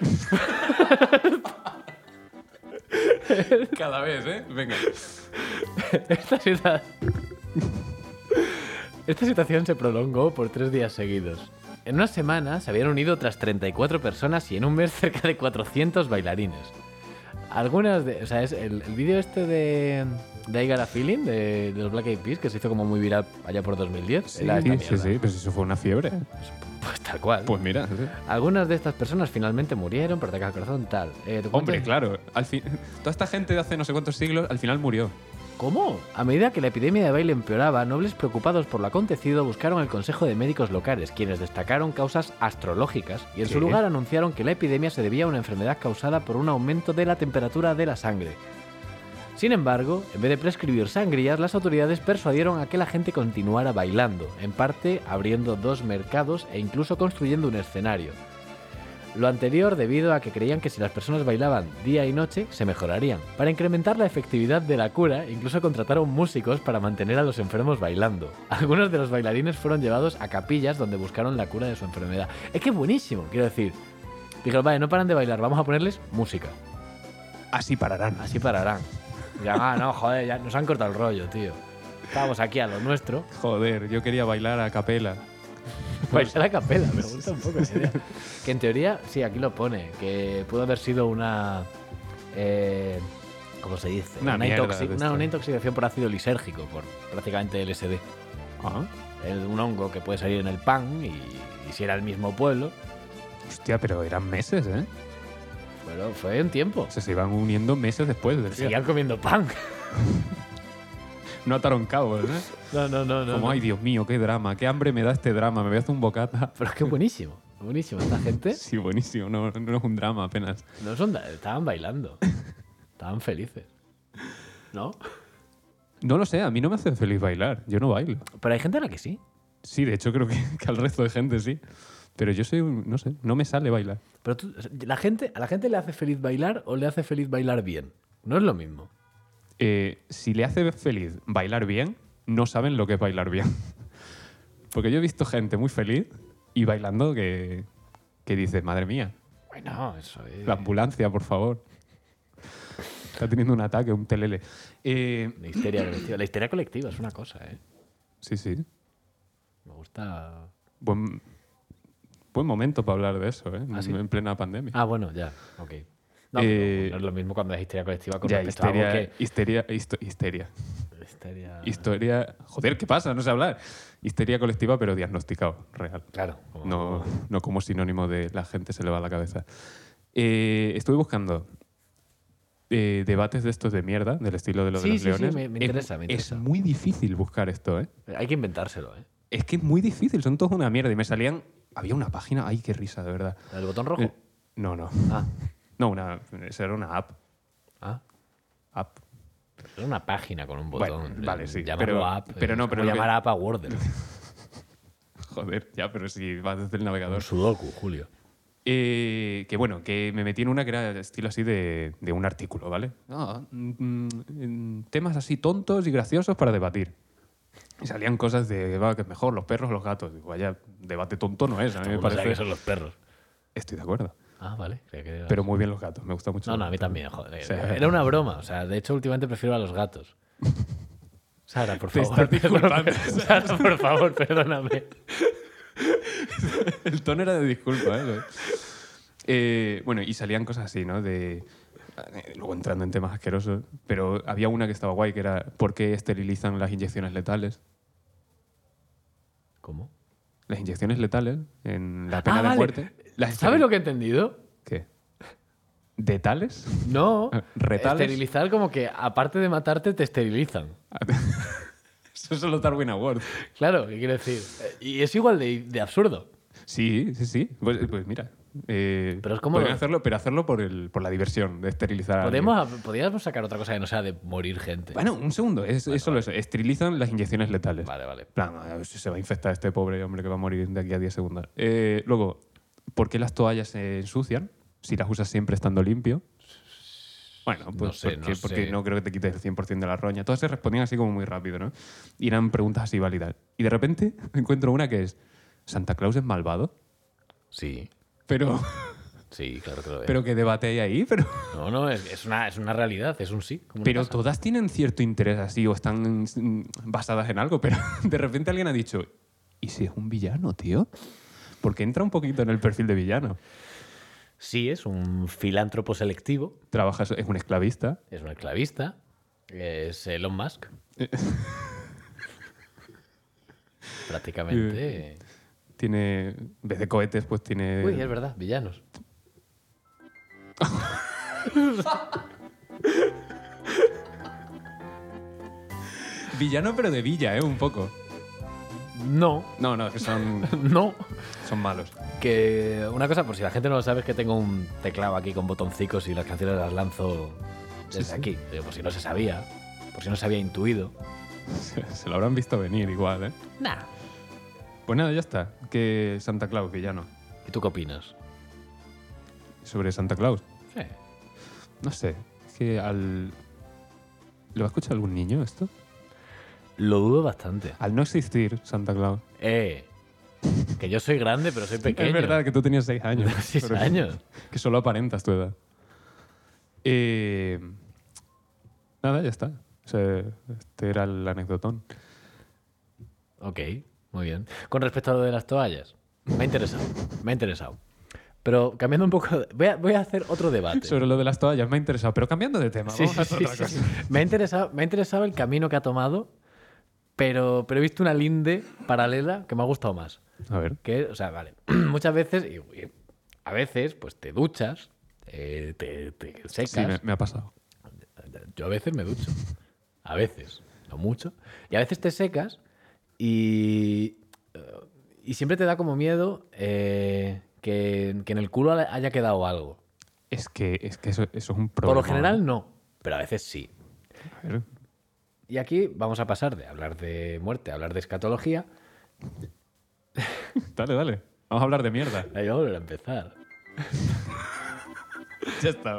S2: Cada vez, ¿eh? Venga.
S1: Esta ciudad- Esta situación se prolongó por tres días seguidos. En una semana se habían unido otras 34 personas y en un mes cerca de 400 bailarines. Algunas de. O sea, es el, el vídeo este de. De I Got a Feeling, de, de los Black Eyed Peas, que se hizo como muy viral allá por 2010.
S2: Sí,
S1: era esta
S2: sí,
S1: mierda.
S2: sí, Pero si eso fue una fiebre.
S1: Pues tal cual.
S2: Pues mira. sí.
S1: Algunas de estas personas finalmente murieron por ataque al corazón, tal. Eh, ¿te cuento?
S2: Hombre, claro. Al fin, toda esta gente de hace no sé cuántos siglos al final murió.
S1: ¿Cómo? A medida que la epidemia de baile empeoraba, nobles preocupados por lo acontecido buscaron el consejo de médicos locales, quienes destacaron causas astrológicas y en
S2: ¿Qué?
S1: su lugar anunciaron que la epidemia se debía a una enfermedad causada por un aumento de la temperatura de la sangre. Sin embargo, en vez de prescribir sangrías, las autoridades persuadieron a que la gente continuara bailando, en parte abriendo dos mercados e incluso construyendo un escenario. Lo anterior debido a que creían que si las personas bailaban día y noche se mejorarían. Para incrementar la efectividad de la cura, incluso contrataron músicos para mantener a los enfermos bailando. Algunos de los bailarines fueron llevados a capillas donde buscaron la cura de su enfermedad. Es que es buenísimo, quiero decir. Dijeron, vale, no paran de bailar, vamos a ponerles música.
S2: Así pararán.
S1: Así pararán. Ya, ah, no, joder, ya nos han cortado el rollo, tío. Estábamos aquí a lo nuestro.
S2: Joder, yo quería bailar a capela.
S1: Bailar a Pues capela, me gusta un poco la idea. Que en teoría, sí, aquí lo pone, que pudo haber sido una. Eh, ¿Cómo se dice?
S2: Una mierda
S1: intoxi-
S2: de
S1: una-
S2: esto.
S1: una intoxicación por ácido lisérgico, por prácticamente LSD.
S2: Ah,
S1: Es un hongo que puede salir en el pan y, y si era el mismo pueblo,
S2: Hostia, pero eran meses, ¿eh?
S1: bueno, fue un tiempo.
S2: O sea, se iban uniendo meses después del día.
S1: Seguían comiendo pan.
S2: No ataron cabos, ¿eh?
S1: No, no, no, no.
S2: Como, ay, Dios mío, qué drama, qué hambre me da este drama, me voy a hacer un bocata.
S1: Pero es que buenísimo, buenísimo. Esta gente
S2: Sí, buenísimo, no, no es un drama apenas.
S1: no son, estaban bailando, estaban felices. ¿No?
S2: No lo sé, a mí no me hace feliz bailar, yo no bailo.
S1: Pero hay gente a la que sí.
S2: Sí, de hecho creo que, que al resto de gente sí. Pero yo soy, un- no sé, no me sale bailar.
S1: Pero tú- la gente, ¿a la gente le hace feliz bailar o le hace feliz bailar bien? No es lo mismo.
S2: Eh, si le hace feliz bailar bien, no saben lo que es bailar bien. Porque yo he visto gente muy feliz y bailando que, que dices, madre mía,
S1: Bueno, eso es.
S2: la ambulancia, por favor. Está teniendo un ataque, un telele. Eh,
S1: La histeria colectiva. La histeria colectiva es una cosa, ¿eh?
S2: sí, sí.
S1: Me gusta.
S2: Buen, buen momento para hablar de eso, ¿eh?
S1: ¿Ah, sí?
S2: En plena pandemia.
S1: Ah, bueno, ya, ok. No,
S2: Eh,
S1: pero no es lo mismo cuando es histeria colectiva con
S2: ya,
S1: respecto a algo
S2: histeria, histeria, histo- histeria.
S1: que. Histeria.
S2: Historia. Joder, ¿qué pasa? No sé hablar. Histeria colectiva, pero diagnosticado, real.
S1: Claro. como-
S2: No, no como sinónimo de la gente se le va la cabeza. Eh, estuve buscando eh, debates de estos de mierda, del estilo de los
S1: Sí,
S2: de los
S1: sí, sí,
S2: leones.
S1: me- me
S2: Es-
S1: interesa, me interesa.
S2: Es muy difícil buscar esto, ¿eh?
S1: Hay que inventárselo, ¿eh?
S2: Es que es muy difícil, son todos una mierda. Y me salían. Había una página, ay, qué risa, de verdad.
S1: El botón rojo.
S2: Eh, no, no.
S1: Ah,
S2: No, una, esa era una app.
S1: ah.
S2: app.
S1: Era una página con un
S2: Bueno,
S1: botón.
S2: vale, sí,
S1: Llamarlo
S2: pero-
S1: app. eh,
S2: pero
S1: es
S2: no,
S1: como
S2: pero lo que-
S1: Llamar app a Word.
S2: Joder, ya, pero si vas desde el
S1: Un
S2: navegador.
S1: sudoku, Julio.
S2: Eh, que bueno, que me metí en una que era estilo así de, de un artículo, ¿vale? Ah, mm, mm, temas así tontos y graciosos para debatir. Y salían cosas de va, que es mejor, los perros o los gatos. Digo, vaya, debate tonto no es, a mí me
S1: Uno sabe que
S2: parece.
S1: son los perros.
S2: Estoy de acuerdo.
S1: Ah, vale. creía que era-
S2: Pero muy bien los gatos, me gusta mucho.
S1: No, no, a mí también, joder.
S2: Sí.
S1: Era una broma. O sea, de hecho, últimamente prefiero a los gatos. Sara, por
S2: Te
S1: favor.
S2: estás
S1: perdóname.
S2: disculpando.
S1: Sara, por favor, perdóname.
S2: El tono era de disculpa, ¿eh? Eh, bueno, y salían cosas así, ¿no? De, eh, luego entrando en temas asquerosos. Pero había una que estaba guay, que era ¿por qué esterilizan las inyecciones letales?
S1: ¿Cómo?
S2: Las inyecciones letales en la pena
S1: Ah,
S2: de
S1: vale.
S2: muerte. Las
S1: ¿Sabes
S2: esteril-
S1: lo que he entendido?
S2: ¿Qué? ¿Detales?
S1: No.
S2: Ah, ¿Retales?
S1: Esterilizar como que, aparte de matarte, te esterilizan.
S2: Eso es solo Darwin Award.
S1: Claro, ¿qué quiere decir? Eh, Y es igual de, de absurdo.
S2: Sí, sí, sí. Pues, pues mira. eh,
S1: Pero es como
S2: podrían
S1: lo-
S2: hacerlo, pero hacerlo por, el, por la diversión de esterilizar a alguien.
S1: Podemos, podríamos sacar otra cosa que no sea de morir gente.
S2: Bueno, un segundo. Es, es solo eso. Esterilizan las inyecciones letales.
S1: Vale, vale.
S2: En plan, a ver si se va a infectar este pobre hombre que va a morir de aquí a 10 segundos. Eh, luego, ¿por qué las toallas se ensucian si las usas siempre estando limpio? Bueno, pues
S1: sé,
S2: porque,
S1: no
S2: porque
S1: sé.
S2: no creo que te quites el 100% de la roña. Todas se respondían así como muy rápido, ¿no? Y eran preguntas así válidas. Y de repente encuentro una que es, ¿Santa Claus es malvado?
S1: Sí,
S2: Pero,
S1: sí, claro que lo es.
S2: pero que debate hay ahí, pero...
S1: no, no, es, es una, es una realidad, es un sí. como una
S2: Pero
S1: casa.
S2: todas tienen cierto interés así o están mm, basadas en algo, pero de repente alguien ha dicho, ¿y si es un villano, tío? Porque entra un poquito en el perfil de villano.
S1: Sí, es un filántropo selectivo.
S2: Trabaja, es un esclavista.
S1: Es un esclavista. Es Elon Musk. Prácticamente.
S2: Tiene, en vez de cohetes, pues tiene...
S1: Uy, es verdad, villanos.
S2: Villano pero de villa, ¿eh? Un poco.
S1: No,
S2: No, no, que son,
S1: no.
S2: son malos.
S1: Que una cosa, por si la gente no lo sabe, es que tengo un teclado aquí con botoncicos y las canciones las lanzo desde aquí. Digo, por si no se sabía, por si no se había intuido.
S2: Se, se lo habrán visto venir igual, ¿eh?
S1: Nah.
S2: Pues nada, ya está. Que Santa Claus, villano.
S1: ¿Y tú qué opinas?
S2: sobre Santa Claus.
S1: Sí.
S2: No sé, es que al... ¿Lo va a escuchar algún niño esto?
S1: Lo dudo bastante.
S2: Al no existir Santa Claus.
S1: Eh, que yo soy grande, pero soy pequeño.
S2: Es verdad que tú tenías seis años.
S1: Seis
S2: pero que-
S1: años.
S2: Que solo aparentas tu edad. Eh, nada, ya está. O sea, este era el anecdotón.
S1: Ok, muy bien. Con respecto a lo de las toallas, me ha interesado, me ha interesado. Pero cambiando un poco, de- voy a, voy a hacer otro debate.
S2: Sobre lo de las toallas me ha interesado, pero cambiando de tema,
S1: Sí,
S2: vamos a
S1: sí,
S2: hacer otra
S1: sí,
S2: cosa.
S1: sí, sí. Me ha interesado, me ha interesado el camino que ha tomado, pero, pero he visto una linde paralela que me ha gustado más.
S2: A ver.
S1: Que, o sea, vale, muchas veces, y- y a veces, pues te duchas, eh, te, te secas.
S2: Sí, me, me ha pasado.
S1: Yo a veces me ducho. A veces. No mucho. Y a veces te secas y. eh, Y siempre te da como miedo eh, que, que en el culo haya quedado algo.
S2: Es que, es que eso, eso es un problema.
S1: Por lo general no, pero a veces sí.
S2: A ver,
S1: Y aquí vamos a pasar de hablar de muerte a hablar de escatología.
S2: Dale, dale. Vamos a hablar de mierda.
S1: Ahí vamos a volver a empezar.
S2: ya está.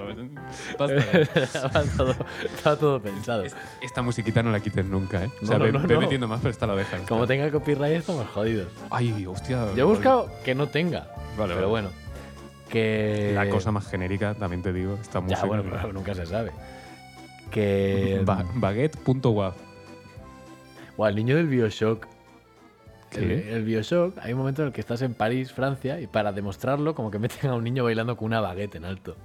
S2: pues, Basta.
S1: estaba, todo, estaba todo pensado.
S2: Esta musiquita no la quites nunca, ¿eh? O sea,
S1: No, no,
S2: ve,
S1: no,
S2: ve
S1: no.
S2: metiendo más, pero esta la dejas.
S1: Como tenga copyright estamos jodidos.
S2: Ay, hostia.
S1: Yo he buscado que no tenga.
S2: Vale, vale.
S1: pero bueno. Que...
S2: La cosa más genérica, también te digo, esta música.
S1: eh, Ya, bueno, claro, nunca se sabe. Que.
S2: Ba- Baguette.waf.
S1: Buah, el niño del Bioshock.
S2: ¿Qué?
S1: El, el Bioshock, hay un momento en el que estás en París, Francia, y para demostrarlo, como que meten a un niño bailando con una baguette en alto.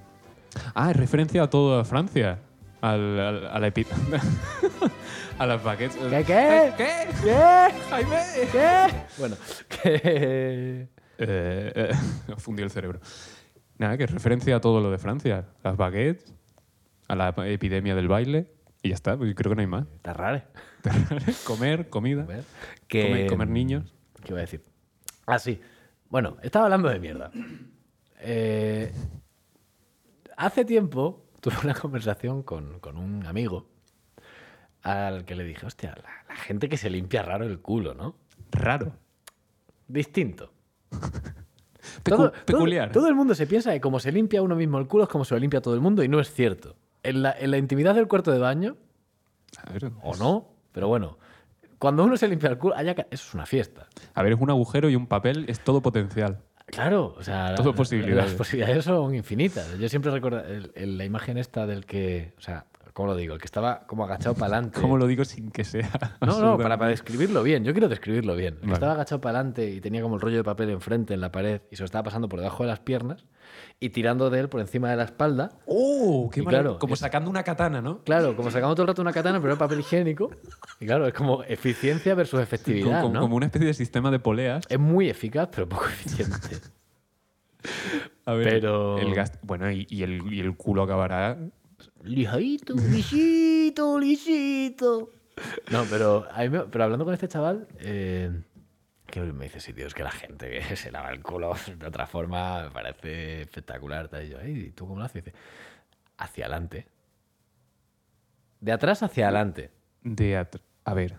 S2: Ah, es referencia a toda Francia. Al, al- a la epi- a las baguettes.
S1: ¿Qué, qué?
S2: ¿Qué?
S1: ¿Qué?
S2: Jaime.
S1: ¿Qué? Bueno, que.
S2: Eh, eh, me fundió el cerebro. Nada, que es referencia a todo lo de Francia. Las baguettes, a la epidemia del baile. Y ya está, pues yo creo que no hay más.
S1: Está raro. ¿eh?
S2: comer, comida.
S1: Comer,
S2: Comer- comer
S1: mm,
S2: niños.
S1: ¿Qué voy a decir? Ah, sí. Bueno, estaba hablando de mierda. Eh, hace tiempo tuve una conversación con, con un amigo al que le dije, hostia, la, la gente que se limpia raro el culo, ¿no?
S2: Raro.
S1: Distinto.
S2: Pecu-
S1: Todo- todo-
S2: peculiar.
S1: Todo, el mundo se piensa que como se limpia uno mismo el culo es como se lo limpia todo el mundo y no es cierto. En la, en la intimidad del cuarto de baño,
S2: A, ver,
S1: o no, pero bueno, cuando uno se limpia el culo, haya ca- eso es una fiesta.
S2: a ver, es un agujero y un papel, es todo potencial.
S1: Claro, o sea, la-
S2: Todo
S1: la-
S2: posibilidades.
S1: las posibilidades son infinitas. Yo siempre recuerdo el- el- la imagen esta del que, o sea, ¿cómo lo digo? El que estaba como agachado para adelante.
S2: ¿Cómo lo digo sin que
S1: No,
S2: sea?
S1: no, para,
S2: absolutamente-
S1: para describirlo bien. Yo quiero describirlo bien. El que
S2: Vale.
S1: Estaba agachado para adelante y tenía como el rollo de papel enfrente en la pared y se lo estaba pasando por debajo de las piernas y tirando de él por encima de la espalda.
S2: ¡Oh! ¡Qué
S1: Y
S2: maravilla!
S1: claro,
S2: Como
S1: es-
S2: sacando una katana, ¿no?
S1: Claro, como sacamos todo el rato una katana, pero era papel higiénico. Y claro, es como eficiencia versus
S2: Como,
S1: efectividad,
S2: como-
S1: ¿no?
S2: como una especie de sistema de poleas.
S1: Es muy eficaz, pero poco eficiente.
S2: A ver,
S1: pero-
S2: el gas- Bueno, y, y el, y el culo acabará.
S1: Lijadito, lisito, lisito. No, pero, a mí me- pero hablando con este chaval, eh, que me dice, sí, tío, es que la gente que se lava el culo de otra forma me parece espectacular. tal. Y yo, "Ey, ¿y tú cómo lo haces? Y dice, hacia adelante. De atrás hacia adelante.
S2: De atr- A ver.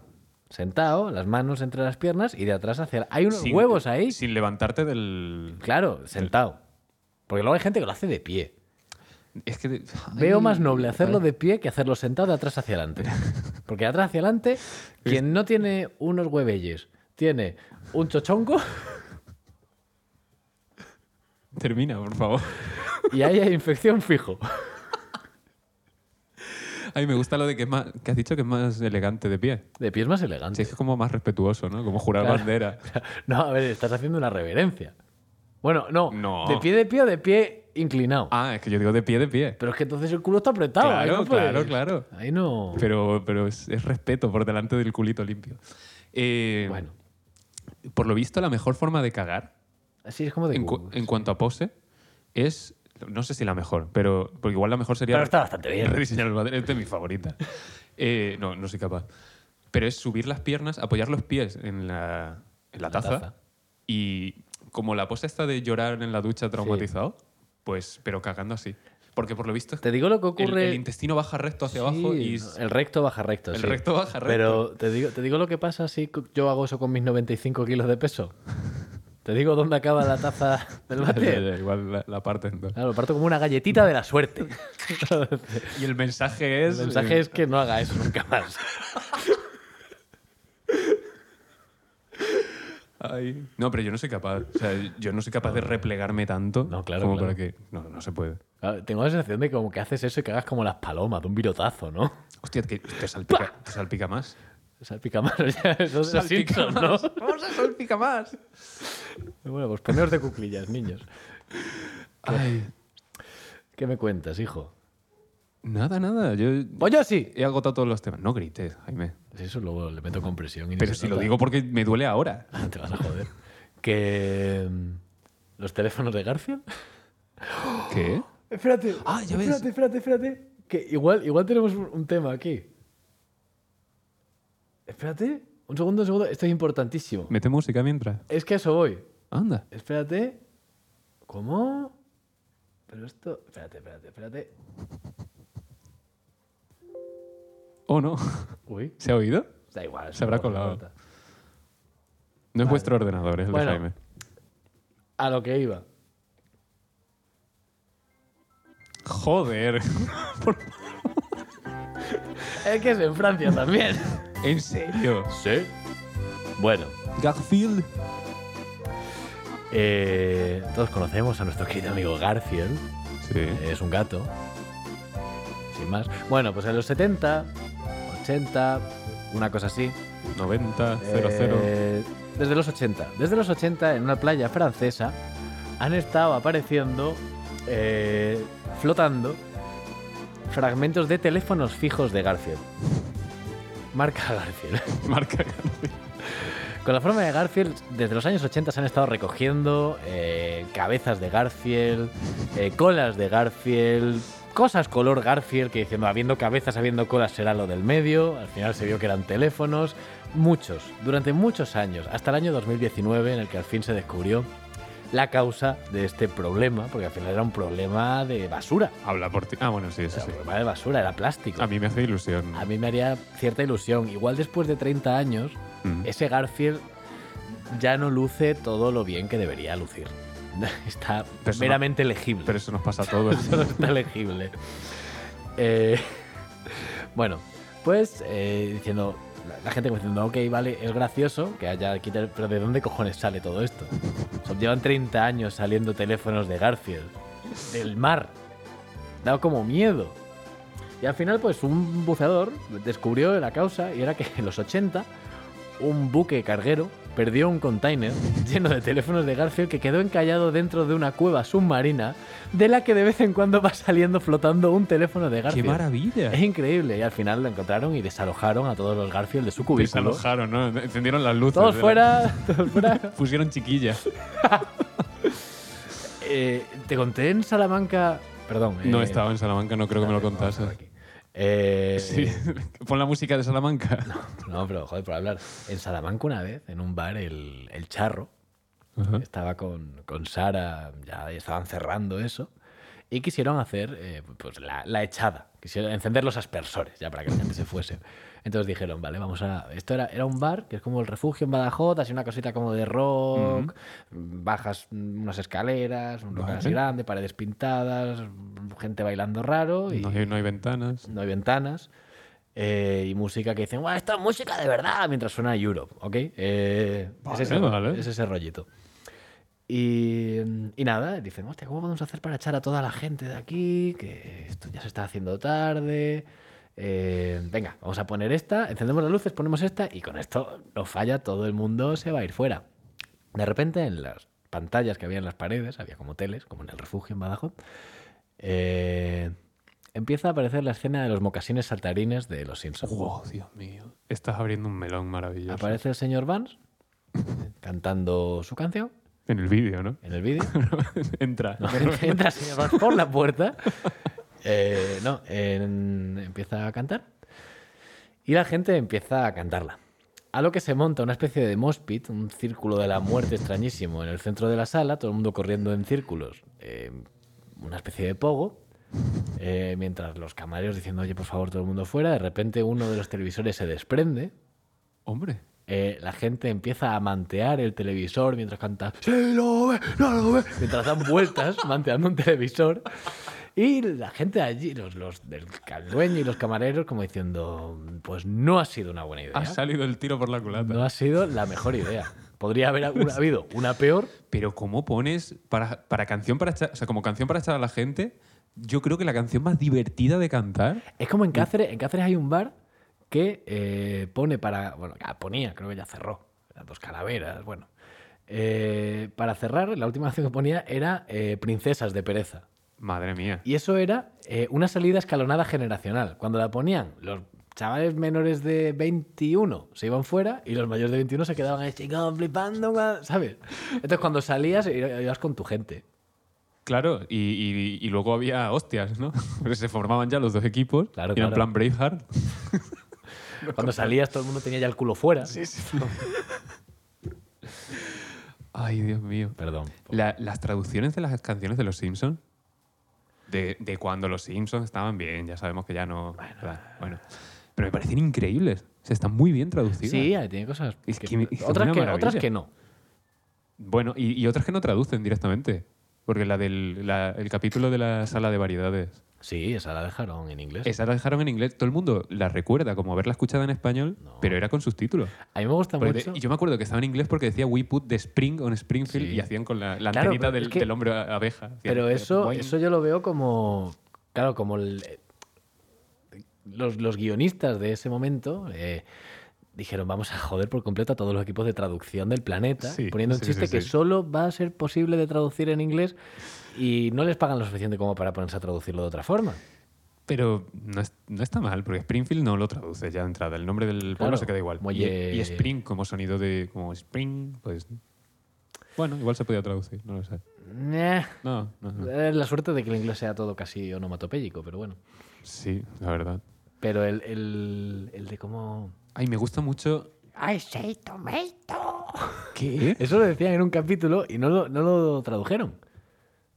S1: Sentado, las manos entre las piernas y de atrás hacia adelante. Hay unos
S2: sin-
S1: huevos ahí.
S2: Sin levantarte del.
S1: Claro, sentado. Porque luego hay gente que lo hace de pie.
S2: Es que. de-
S1: Veo
S2: Ay,
S1: más noble hacerlo de pie que hacerlo sentado de atrás hacia adelante. Porque de atrás hacia adelante, quien no tiene unos huevelles, tiene un chochongo
S2: Termina, por favor.
S1: y ahí hay infección fijo.
S2: Ay, me gusta lo de que es más. que has dicho que es más elegante de pie.
S1: De pie es más
S2: Sí,
S1: elegante.
S2: es que es como más respetuoso, ¿no? Como jurar
S1: Claro.
S2: bandera.
S1: No, a ver, estás haciendo una reverencia. Bueno, no.
S2: No.
S1: De pie de pie o de pie inclinado.
S2: Ah, es que yo digo de pie, de pie.
S1: Pero es que entonces el culo está apretado. ahí pues.
S2: Claro,
S1: no puedes-
S2: claro, claro.
S1: Ahí no.
S2: Pero, pero es, es respeto por delante del culito limpio. Eh,
S1: Bueno,
S2: Por lo visto, la mejor forma de cagar
S1: así es como de.
S2: en, cu- en cuanto a pose, es. No sé si la mejor, pero. Porque igual la mejor sería.
S1: Pero está bastante bien.
S2: Rediseñar el madre. Esta es mi favorita. Eh, no, no soy capaz. Pero es subir las piernas, apoyar los pies en la, en la taza,
S1: taza.
S2: Y como la pose está de llorar en la ducha traumatizado, pues. Pero cagando así. Porque por lo visto. es
S1: Te digo lo que
S2: el,
S1: ocurre.
S2: el intestino baja recto hacia
S1: Sí,
S2: abajo y. s-
S1: El recto baja recto.
S2: El
S1: sí.
S2: recto baja recto.
S1: Pero te digo, te digo lo que pasa si cu- yo hago eso con mis 95 kilos de peso. Te digo dónde acaba la taza del váter.
S2: Igual la, la parte entonces.
S1: Claro, parto como una galletita de la suerte.
S2: Y el mensaje es. eh,
S1: El mensaje es que no haga eso nunca más.
S2: Ay. No, pero yo no soy capaz. O sea, yo no soy capaz de replegarme tanto.
S1: No, claro,
S2: Como
S1: claro.
S2: para que. No, no se puede.
S1: Claro, Tengo la sensación de como que haces eso y que hagas como las palomas de un virotazo, ¿no?
S2: Hostia, que te salpica, te salpica más.
S1: Salpica más. o sea, Eso es los Simpsons, ¿no?
S2: Vamos a salpica más.
S1: Bueno, pues poneos de cuclillas, niños.
S2: Ay.
S1: ¿Qué me cuentas, hijo?
S2: Nada, nada. Yo
S1: Pues yo sí.
S2: he agotado todos los temas. No grites, Jaime.
S1: Eso luego le meto compresión. y ni
S2: Pero
S1: se
S2: si lo
S1: nota.
S2: digo porque me duele ahora.
S1: Ah, Te vas a joder. Que. mm, Los teléfonos de Garfield.
S2: ¿Qué?
S1: Espérate.
S2: Ah, ya ves.
S1: Espérate, espérate, espérate. Que igual, igual tenemos un un tema aquí. Espérate. Un segundo, un segundo. Esto es importantísimo.
S2: Mete música mientras.
S1: Es que a eso voy.
S2: Anda.
S1: Espérate. ¿Cómo? Pero esto. Espérate, espérate, espérate.
S2: ¿O no?
S1: Uy,
S2: ¿Se ha oído?
S1: da igual. eso
S2: Se habrá
S1: no
S2: colado.
S1: importa.
S2: No es vuestro ordenador, es el
S1: Bueno.
S2: de Jaime.
S1: A lo que iba.
S2: Joder.
S1: Es que es en Francia también.
S2: ¿En serio?
S1: Sí. Bueno,
S2: Garfield.
S1: eh, todos conocemos a nuestro querido amigo Garfield.
S2: Sí.
S1: Es un gato. Sin más. Bueno, pues en los 70, 80, una cosa así.
S2: 90, 00.
S1: eh, desde los 80. Desde los 80, en una playa francesa, han estado apareciendo, eh, flotando, fragmentos de teléfonos fijos de Garfield. Marca Garfield.
S2: Marca Garfield.
S1: Con la forma de Garfield, desde los años 80 se han estado recogiendo eh, cabezas de Garfield, eh, colas de Garfield, cosas color Garfield, que diciendo, habiendo cabezas, habiendo colas será lo del medio, al final se vio que eran teléfonos, muchos, durante muchos años, hasta el año 2019 en el que al fin se descubrió la causa de este problema, porque al final era un problema de basura,
S2: Habla por ti. Ah, bueno, sí, eso
S1: era
S2: sí.
S1: un problema de basura, era plástico.
S2: A mí me hace ilusión.
S1: A mí me haría cierta ilusión, igual después de 30 años,
S2: Mm.
S1: ese Garfield ya no luce todo lo bien que debería lucir. Está
S2: Pero eso
S1: meramente legible.
S2: Pero eso nos pasa a todos.
S1: Solo está legible. Eh, bueno, pues eh, diciendo. La, la gente como diciendo, ok, vale, es gracioso que haya aquí. tel- Pero ¿de dónde cojones sale todo esto? O sea, llevan 30 años saliendo teléfonos de Garfield. Del mar. Daba como miedo. Y al final, pues un buceador descubrió la causa y era que en los 80 un buque carguero perdió un container lleno de teléfonos de Garfield que quedó encallado dentro de una cueva submarina de la que de vez en cuando va saliendo flotando un teléfono de
S2: ¡Qué
S1: Garfield.
S2: maravilla!
S1: Es increíble. Y al final lo encontraron y desalojaron a todos los Garfield de su cubículo.
S2: Desalojaron, Pues ¿no? Encendieron las luces.
S1: Todos
S2: de la-
S1: fuera, todos fuera.
S2: Pusieron chiquillas.
S1: Eh, te conté en Salamanca. Perdón.
S2: No
S1: eh,
S2: estaba en Salamanca, no creo que me lo
S1: vamos a
S2: contase.
S1: por aquí. Eh,
S2: Sí. Pon la música de Salamanca.
S1: No, pero joder, por hablar. En Salamanca una vez, en un bar, el, el charro
S2: Ajá.
S1: estaba con, con Sara, ya estaban cerrando eso, y quisieron hacer eh, pues la, la echada, quisieron encender los aspersores, ya para que la gente se fuese. Entonces dijeron, vale, vamos a... Esto era, era un bar, que es como el refugio en Badajoz, así una cosita como de rock, bajas unas escaleras, un local así
S2: Vale.
S1: grande, paredes pintadas, gente bailando raro y
S2: No hay, no hay ventanas.
S1: pues, no hay ventanas. eh, y música que dicen, ¡guau, esta es música de verdad! Mientras suena Europe, ¿ok? Eh,
S2: Vale,
S1: es, ese,
S2: vale.
S1: es ese rollito. Y, mm, y nada, dicen, hostia, ¿cómo podemos hacer para echar a toda la gente de aquí? Que esto ya se está haciendo tarde. Eh, venga, vamos a poner esta, encendemos las luces, ponemos esta y con esto no falla, todo el mundo se va a ir fuera. De repente en las pantallas que había en las paredes, había como teles, como en el refugio en Badajoz, eh, empieza a aparecer la escena de los mocasines saltarines de los Simpsons.
S2: Wow, Dios mío. Estás abriendo un melón maravilloso.
S1: Aparece el señor Vance eh, cantando su canción
S2: En el vídeo, ¿no?
S1: en el vídeo.
S2: Entra.
S1: No, entra el señor Vance por la puerta. Eh, no, en- empieza a cantar. Y la gente empieza a cantarla. A lo que se monta una especie de mospit, un círculo de la muerte extrañísimo en el centro de la sala, todo el mundo corriendo en círculos, eh, una especie de pogo, eh, mientras los camareros diciendo, oye, por favor, todo el mundo fuera, de repente uno de los televisores se desprende,
S2: Hombre.
S1: eh, la gente empieza a mantear el televisor mientras canta ¡Sí, lo ve! ¡No lo ve! Mientras dan vueltas manteando un televisor. Y la gente de allí, los, los del el dueño y los camareros, como diciendo, pues no ha sido una buena idea.
S2: Ha salido el tiro por la culata.
S1: No ha sido la mejor idea. Podría haber ha- una- habido una peor.
S2: Pero ¿cómo pones para, para canción para echar, o sea, como canción para echar a la gente? Yo creo que la canción más divertida de cantar.
S1: Es como en Cáceres. En Cáceres hay un bar que eh, pone para. Bueno, ya ponía, creo que ya cerró. Las dos calaveras, bueno. Eh, para cerrar, la última canción que ponía era eh, Princesas de Pereza.
S2: Madre mía.
S1: Y eso era eh, una salida escalonada generacional. Cuando la ponían, los chavales menores de 21 se iban fuera y los mayores de 21 se quedaban ahí, chicos, flipando, guau", ¿sabes? Entonces, cuando salías, i- ibas con tu gente.
S2: Claro, y, y- y luego había hostias, ¿no? Pero se formaban ya los dos equipos.
S1: Claro,
S2: y era en
S1: claro.
S2: plan Braveheart.
S1: Cuando salías, todo el mundo tenía ya el culo fuera.
S2: Ay, Dios mío.
S1: Perdón.
S2: La- las traducciones de las canciones de los Simpsons. De, de cuando los Simpsons estaban bien, ya sabemos que ya no. ¿verdad? Bueno. Pero me parecen increíbles. O sea, están muy bien traducidas.
S1: Sí, eh, tiene cosas.
S2: Es
S1: que-
S2: que me- es
S1: otras,
S2: una
S1: que,
S2: maravilla.
S1: otras que no.
S2: Bueno, y, y otras que no traducen directamente. Porque la del la- el capítulo de la sala de variedades.
S1: Sí, esa la dejaron en inglés.
S2: Esa la dejaron en inglés. Todo el mundo la recuerda como haberla escuchado en español, pero era con subtítulos.
S1: A mí me gusta
S2: Porque
S1: Ah, mucho.
S2: te- y yo me acuerdo que estaba en inglés porque decía We put the spring on Springfield
S1: Sí.
S2: y hacían con la, la
S1: Claro,
S2: antenita
S1: pero
S2: del,
S1: es que-
S2: del hombre a- abeja. Hacían
S1: Pero
S2: hacer
S1: eso,
S2: boing.
S1: eso yo lo veo como. Claro, como el- eh, los, los guionistas de ese momento eh, dijeron: Vamos a joder por completo a todos los equipos de traducción del planeta,
S2: Sí,
S1: poniendo un
S2: sí,
S1: chiste
S2: sí,
S1: que
S2: sí.
S1: solo va a ser posible de traducir en inglés y no les pagan lo suficiente como para ponerse a traducirlo de otra forma.
S2: Pero no, es- no está mal, porque Springfield no lo traduce ya de entrada. El nombre del pueblo
S1: Claro,
S2: se queda igual. Y-
S1: muelle-
S2: Y, Spring como sonido de. como Spring, pues. Bueno, igual se podía traducir, no lo sé.
S1: Nah,
S2: No, no, no.
S1: es la suerte de que el inglés sea todo casi onomatopéyico, pero bueno.
S2: Sí, la verdad.
S1: Pero el, el- el de cómo.
S2: Ay, me gusta mucho.
S1: ¡I say tomato!
S2: ¿Qué?
S1: Eso lo decían en un capítulo y no lo, no lo tradujeron.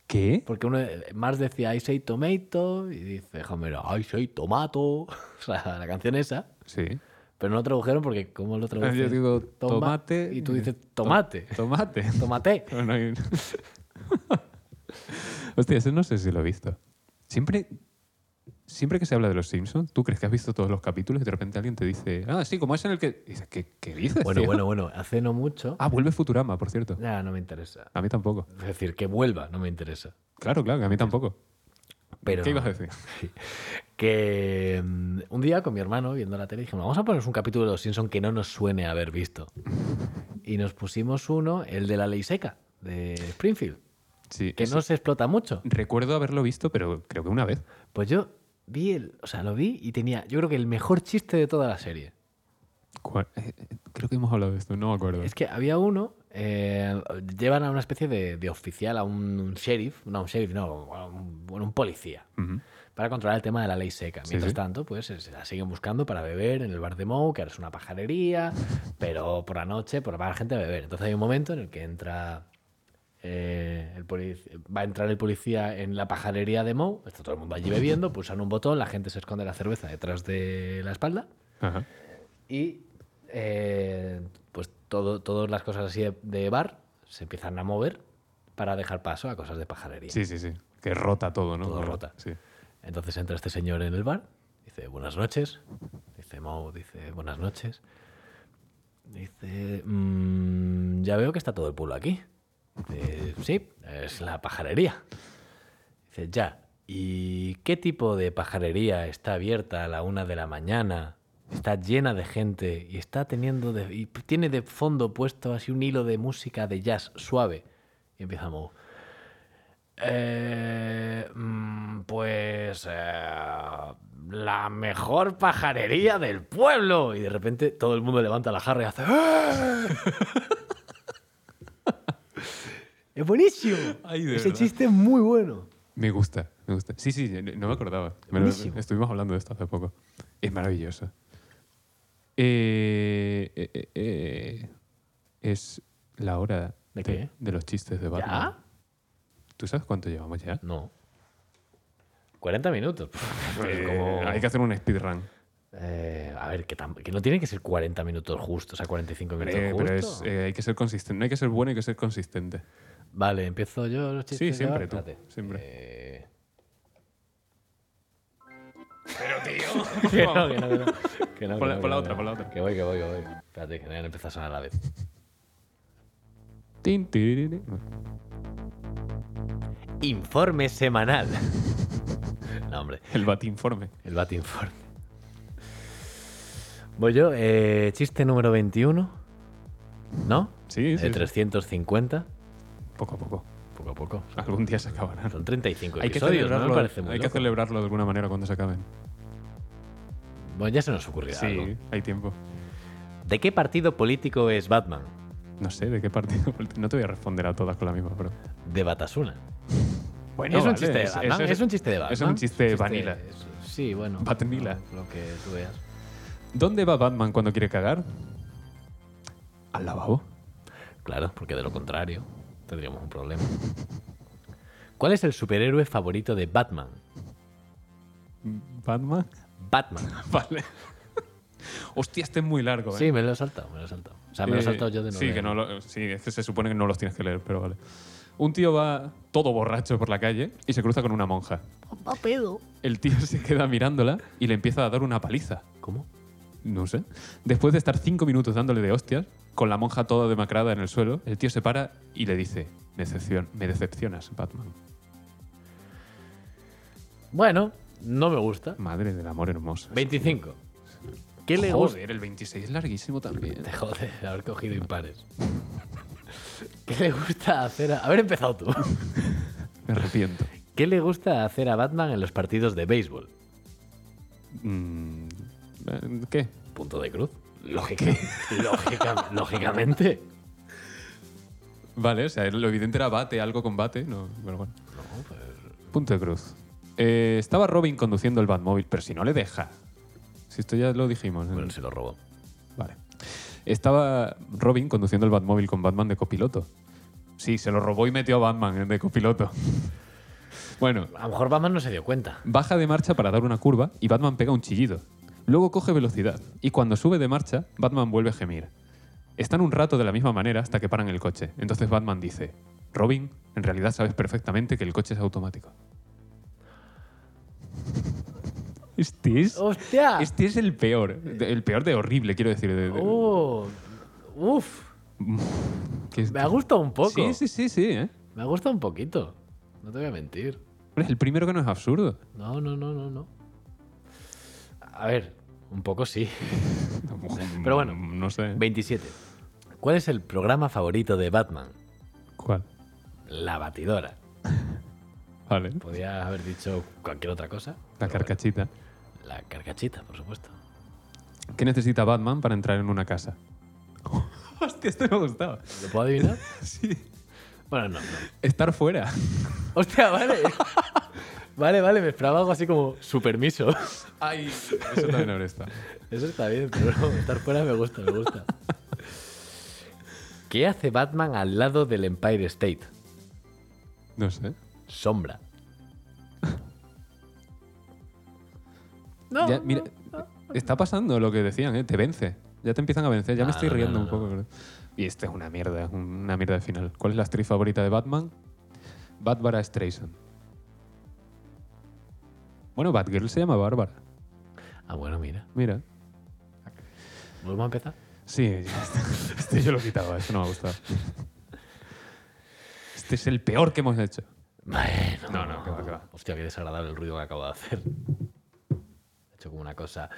S2: ¿Qué?
S1: Porque uno, Mars decía I say tomato y dice Homer I say tomato. O sea, la canción esa.
S2: Sí. Ah,
S1: Pero no lo tradujeron porque, ¿cómo lo tradujeron?
S2: Yo digo tomate.
S1: Y tú dices
S2: eh,
S1: tomate.
S2: Tomate.
S1: Tomate.
S2: Pero no hay- Hostia, ese no sé si lo he visto. Siempre, siempre que se habla de los Simpsons, tú crees que has visto todos los capítulos y de repente alguien te dice, ah, sí, como es en el que. y dices, ¿qué, qué dices?
S1: Bueno,
S2: tío?".
S1: bueno, bueno. Hace no mucho.
S2: Ah, vuelve Futurama, por cierto.
S1: Ya, no me interesa.
S2: A mí tampoco.
S1: Es decir, que vuelva, no me interesa.
S2: Claro, claro, que a mí tampoco.
S1: Pero
S2: ¿Qué ibas a decir?
S1: que mm, un día con mi hermano viendo la tele dijimos, vamos a ponernos un capítulo de Los Simpson que no nos suene haber visto. Y nos pusimos uno, el de la ley seca, de Springfield,
S2: Sí.
S1: que
S2: ese-
S1: no se explota mucho.
S2: Recuerdo haberlo visto, pero creo que una vez.
S1: Pues yo vi el, o sea, lo vi y tenía, yo creo que el mejor chiste de toda la serie.
S2: ¿Cuál? Eh, eh, Creo que hemos hablado de esto, no me acuerdo.
S1: Es que había uno, eh, llevan a una especie de, de oficial, a un, un sheriff, no, un sheriff, no, a un- bueno, un policía,
S2: Ujú.
S1: para controlar el tema de la ley seca.
S2: Sí,
S1: Mientras
S2: sí.
S1: tanto, pues se la siguen buscando para beber en el bar de Moe, que ahora es una pajarería, pero por la noche pues, va la gente a beber. Entonces hay un momento en el que entra eh, el polic- va a entrar el policía en la pajarería de Moe, está todo el mundo allí bebiendo, pulsan un botón, la gente se esconde la cerveza detrás de la espalda
S2: Ajá.
S1: y eh, pues todo, todas las cosas así de, de bar se empiezan a mover para dejar paso a cosas de pajarería.
S2: Sí, sí, sí. Que rota todo, ¿no?
S1: Todo
S2: Bueno,
S1: rota.
S2: Sí.
S1: Entonces entra este señor en el bar, dice buenas noches, dice Mau, dice buenas noches, dice "Mm, ya veo que está todo el pueblo aquí, dice sí, es la pajarería, dice ya, ¿y qué tipo de pajarería está abierta a la una de la mañana? Está llena de gente y está teniendo de- y tiene de fondo puesto así un hilo de música de jazz suave. Y empieza Mau. Eh, mm, pues eh, la mejor pajarería del pueblo. Y de repente todo el mundo levanta la jarra y hace... "¡Ah!". es buenísimo.
S2: Ay, de
S1: Ese
S2: verdad.
S1: chiste es muy bueno.
S2: Me gusta, me gusta. Sí, sí, no me acordaba. Me lo-
S1: Buenísimo.
S2: estuvimos hablando de esto hace poco. Es maravilloso. Eh, eh, eh, eh, es la hora
S1: ¿De qué?
S2: de los chistes de Batman. ¿Tú sabes cuánto llevamos ya?
S1: No. 40 minutos. Pff, es
S2: Eh,
S1: Pues como-
S2: Hay que hacer un speedrun.
S1: Eh, a ver, que, tam- que no tienen que ser 40 minutos justos, o sea, 45 minutos
S2: Eh, pero es,
S1: justos.
S2: eh, hay que ser consistente. No hay que ser bueno, hay que ser consistente.
S1: Vale, empiezo yo los chistes.
S2: siempre
S1: ahora?
S2: tú,
S1: Espérate.
S2: siempre.
S1: Eh,
S2: Pero,
S1: que
S2: tío.
S1: no, que no, que no. Que no,
S2: Pon la-
S1: que no,
S2: pon la
S1: que
S2: otra,
S1: no.
S2: pon la otra.
S1: Que voy, que voy, que voy. Espérate, que no empieza a sonar a la vez.
S2: Tin, tiririrí.
S1: Informe semanal. no, hombre.
S2: El batinforme.
S1: El Batinforme. Voy yo, eh, chiste número 21. ¿No? Eh,
S2: Sí,
S1: De
S2: sí, sí.
S1: 350.
S2: Poco a poco.
S1: Poco a poco.
S2: Algún día se acabarán.
S1: Son 35
S2: Hay que,
S1: episodios, ¿no? Me
S2: celebrarlo,
S1: parece muy
S2: hay que
S1: loco.
S2: celebrarlo de alguna manera cuando se acaben.
S1: Bueno, ya se nos ocurrirá algo.
S2: Sí, hay tiempo.
S1: ¿De qué partido político es Batman?
S2: No sé de qué partido. No te voy a responder a todas con la misma, pero.
S1: De Batasuna.
S2: Bueno,
S1: es, un
S2: vale,
S1: chiste de
S2: es-
S1: Batman, es,
S2: es- es-
S1: un chiste de Batman.
S2: es un chiste vanilla.
S1: es- sí, bueno.
S2: Vanilla.
S1: Lo que tú veas.
S2: ¿Dónde va Batman cuando quiere cagar? Al lavabo.
S1: Claro, porque de lo contrario tendríamos un problema. ¿Cuál es el superhéroe favorito de Batman?
S2: ¿Batman?
S1: Batman.
S2: Vale. Hostia, este es muy largo, ¿eh?
S1: Sí, me lo he saltado, me lo he saltado. O sea, me lo he
S2: Eh,
S1: saltado yo de nuevo.
S2: Sí, que no lo- sí, es que se supone que no los tienes que leer, pero vale. Un tío va todo borracho por la calle y se cruza con una monja.
S1: Va pedo.
S2: El tío se queda mirándola y le empieza a dar una paliza.
S1: ¿Cómo?
S2: No sé. Después de estar cinco minutos dándole de hostias, con la monja toda demacrada en el suelo, el tío se para y le dice, me, decepcion- me decepcionas, Batman.
S1: Bueno, no me gusta.
S2: Madre del amor hermoso.
S1: 25. ¿Qué le gusta?
S2: Joder, el 26 es larguísimo también.
S1: Te jode haber cogido impares. ¿Qué le gusta hacer a... Haber empezado tú.
S2: Me arrepiento.
S1: ¿Qué le gusta hacer a Batman en los partidos de béisbol?
S2: Mm, eh, ¿Qué?
S1: Punto de cruz. Lógica, lógica- lógicamente.
S2: Vale, o sea, lo evidente era bate, algo con bate, no, pero bueno.
S1: No, pues,
S2: Punto de cruz. Eh, estaba Robin conduciendo el Batmóvil, pero si no le deja. Si esto ya lo dijimos. ¿eh?
S1: bueno, se lo robó.
S2: Vale. Estaba Robin conduciendo el Batmóvil con Batman de copiloto. Sí, se lo robó y metió a Batman eh, de copiloto. bueno,
S1: A lo mejor Batman no se dio cuenta.
S2: baja de marcha para dar una curva y Batman pega un chillido. Luego coge velocidad y cuando sube de marcha, Batman vuelve a gemir. Están un rato de la misma manera hasta que paran el coche. Entonces Batman dice, Robin, en realidad sabes perfectamente que el coche es automático. Este es,
S1: ¡Hostia!
S2: este es el peor, de- el peor de horrible, quiero decir. de- de-
S1: ¡Oh! ¡Uf!
S2: que es-
S1: Me ha gustado un poco.
S2: Sí, sí, sí, sí. ¿eh?
S1: Me ha gustado un poquito. No te voy a mentir.
S2: Hombre, Es el primero que no es absurdo.
S1: No, no, no, no, no. A ver, un poco sí. Pero bueno.
S2: No sé.
S1: 27. ¿Cuál es el programa favorito de Batman?
S2: ¿Cuál?
S1: La batidora.
S2: Vale.
S1: Podías haber dicho cualquier otra cosa.
S2: La carcachita.
S1: La carcachita, por supuesto.
S2: ¿Qué necesita Batman para entrar en una casa? Hostia, esto me ha gustado.
S1: ¿Lo puedo adivinar?
S2: Sí.
S1: Bueno, no, no.
S2: Estar fuera.
S1: Hostia, vale. Vale, vale, me esperaba algo así como su permiso.
S2: Ay, eso también ahora está.
S1: Eso está bien, pero no, estar fuera me gusta, me gusta. ¿Qué hace Batman al lado del Empire State?
S2: No sé.
S1: Sombra. No,
S2: Ya, mira, está pasando lo que decían, ¿eh? Te vence. Ya te empiezan a vencer. Ya
S1: No,
S2: me estoy
S1: no,
S2: riendo
S1: no,
S2: un poco. creo. Y esta es una mierda, es una mierda de final. ¿Cuál es la actriz favorita de Batman? Bárbara Streisand. Bueno, Batgirl se llama Bárbara.
S1: Ah, bueno, mira.
S2: Mira.
S1: ¿Volvemos a empezar?
S2: Sí, ya está. este yo lo quitaba, eso no me ha gustado. Este es el peor que hemos hecho.
S1: Bueno.
S2: No, no, que va, que va.
S1: Hostia, qué desagradable el ruido que acabo de hacer. He hecho como una cosa.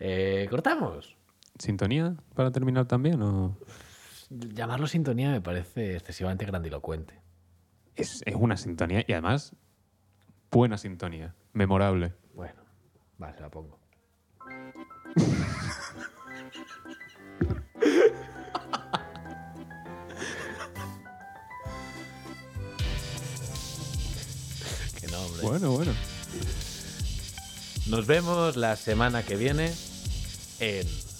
S1: Eh, ¿Cortamos?
S2: ¿Sintonía para terminar también? O...
S1: Llamarlo sintonía me parece excesivamente grandilocuente.
S2: Es, es una sintonía y además buena sintonía, memorable.
S1: Bueno, vale, la pongo. Qué nombre.
S2: Bueno, bueno.
S1: Nos vemos la semana que viene en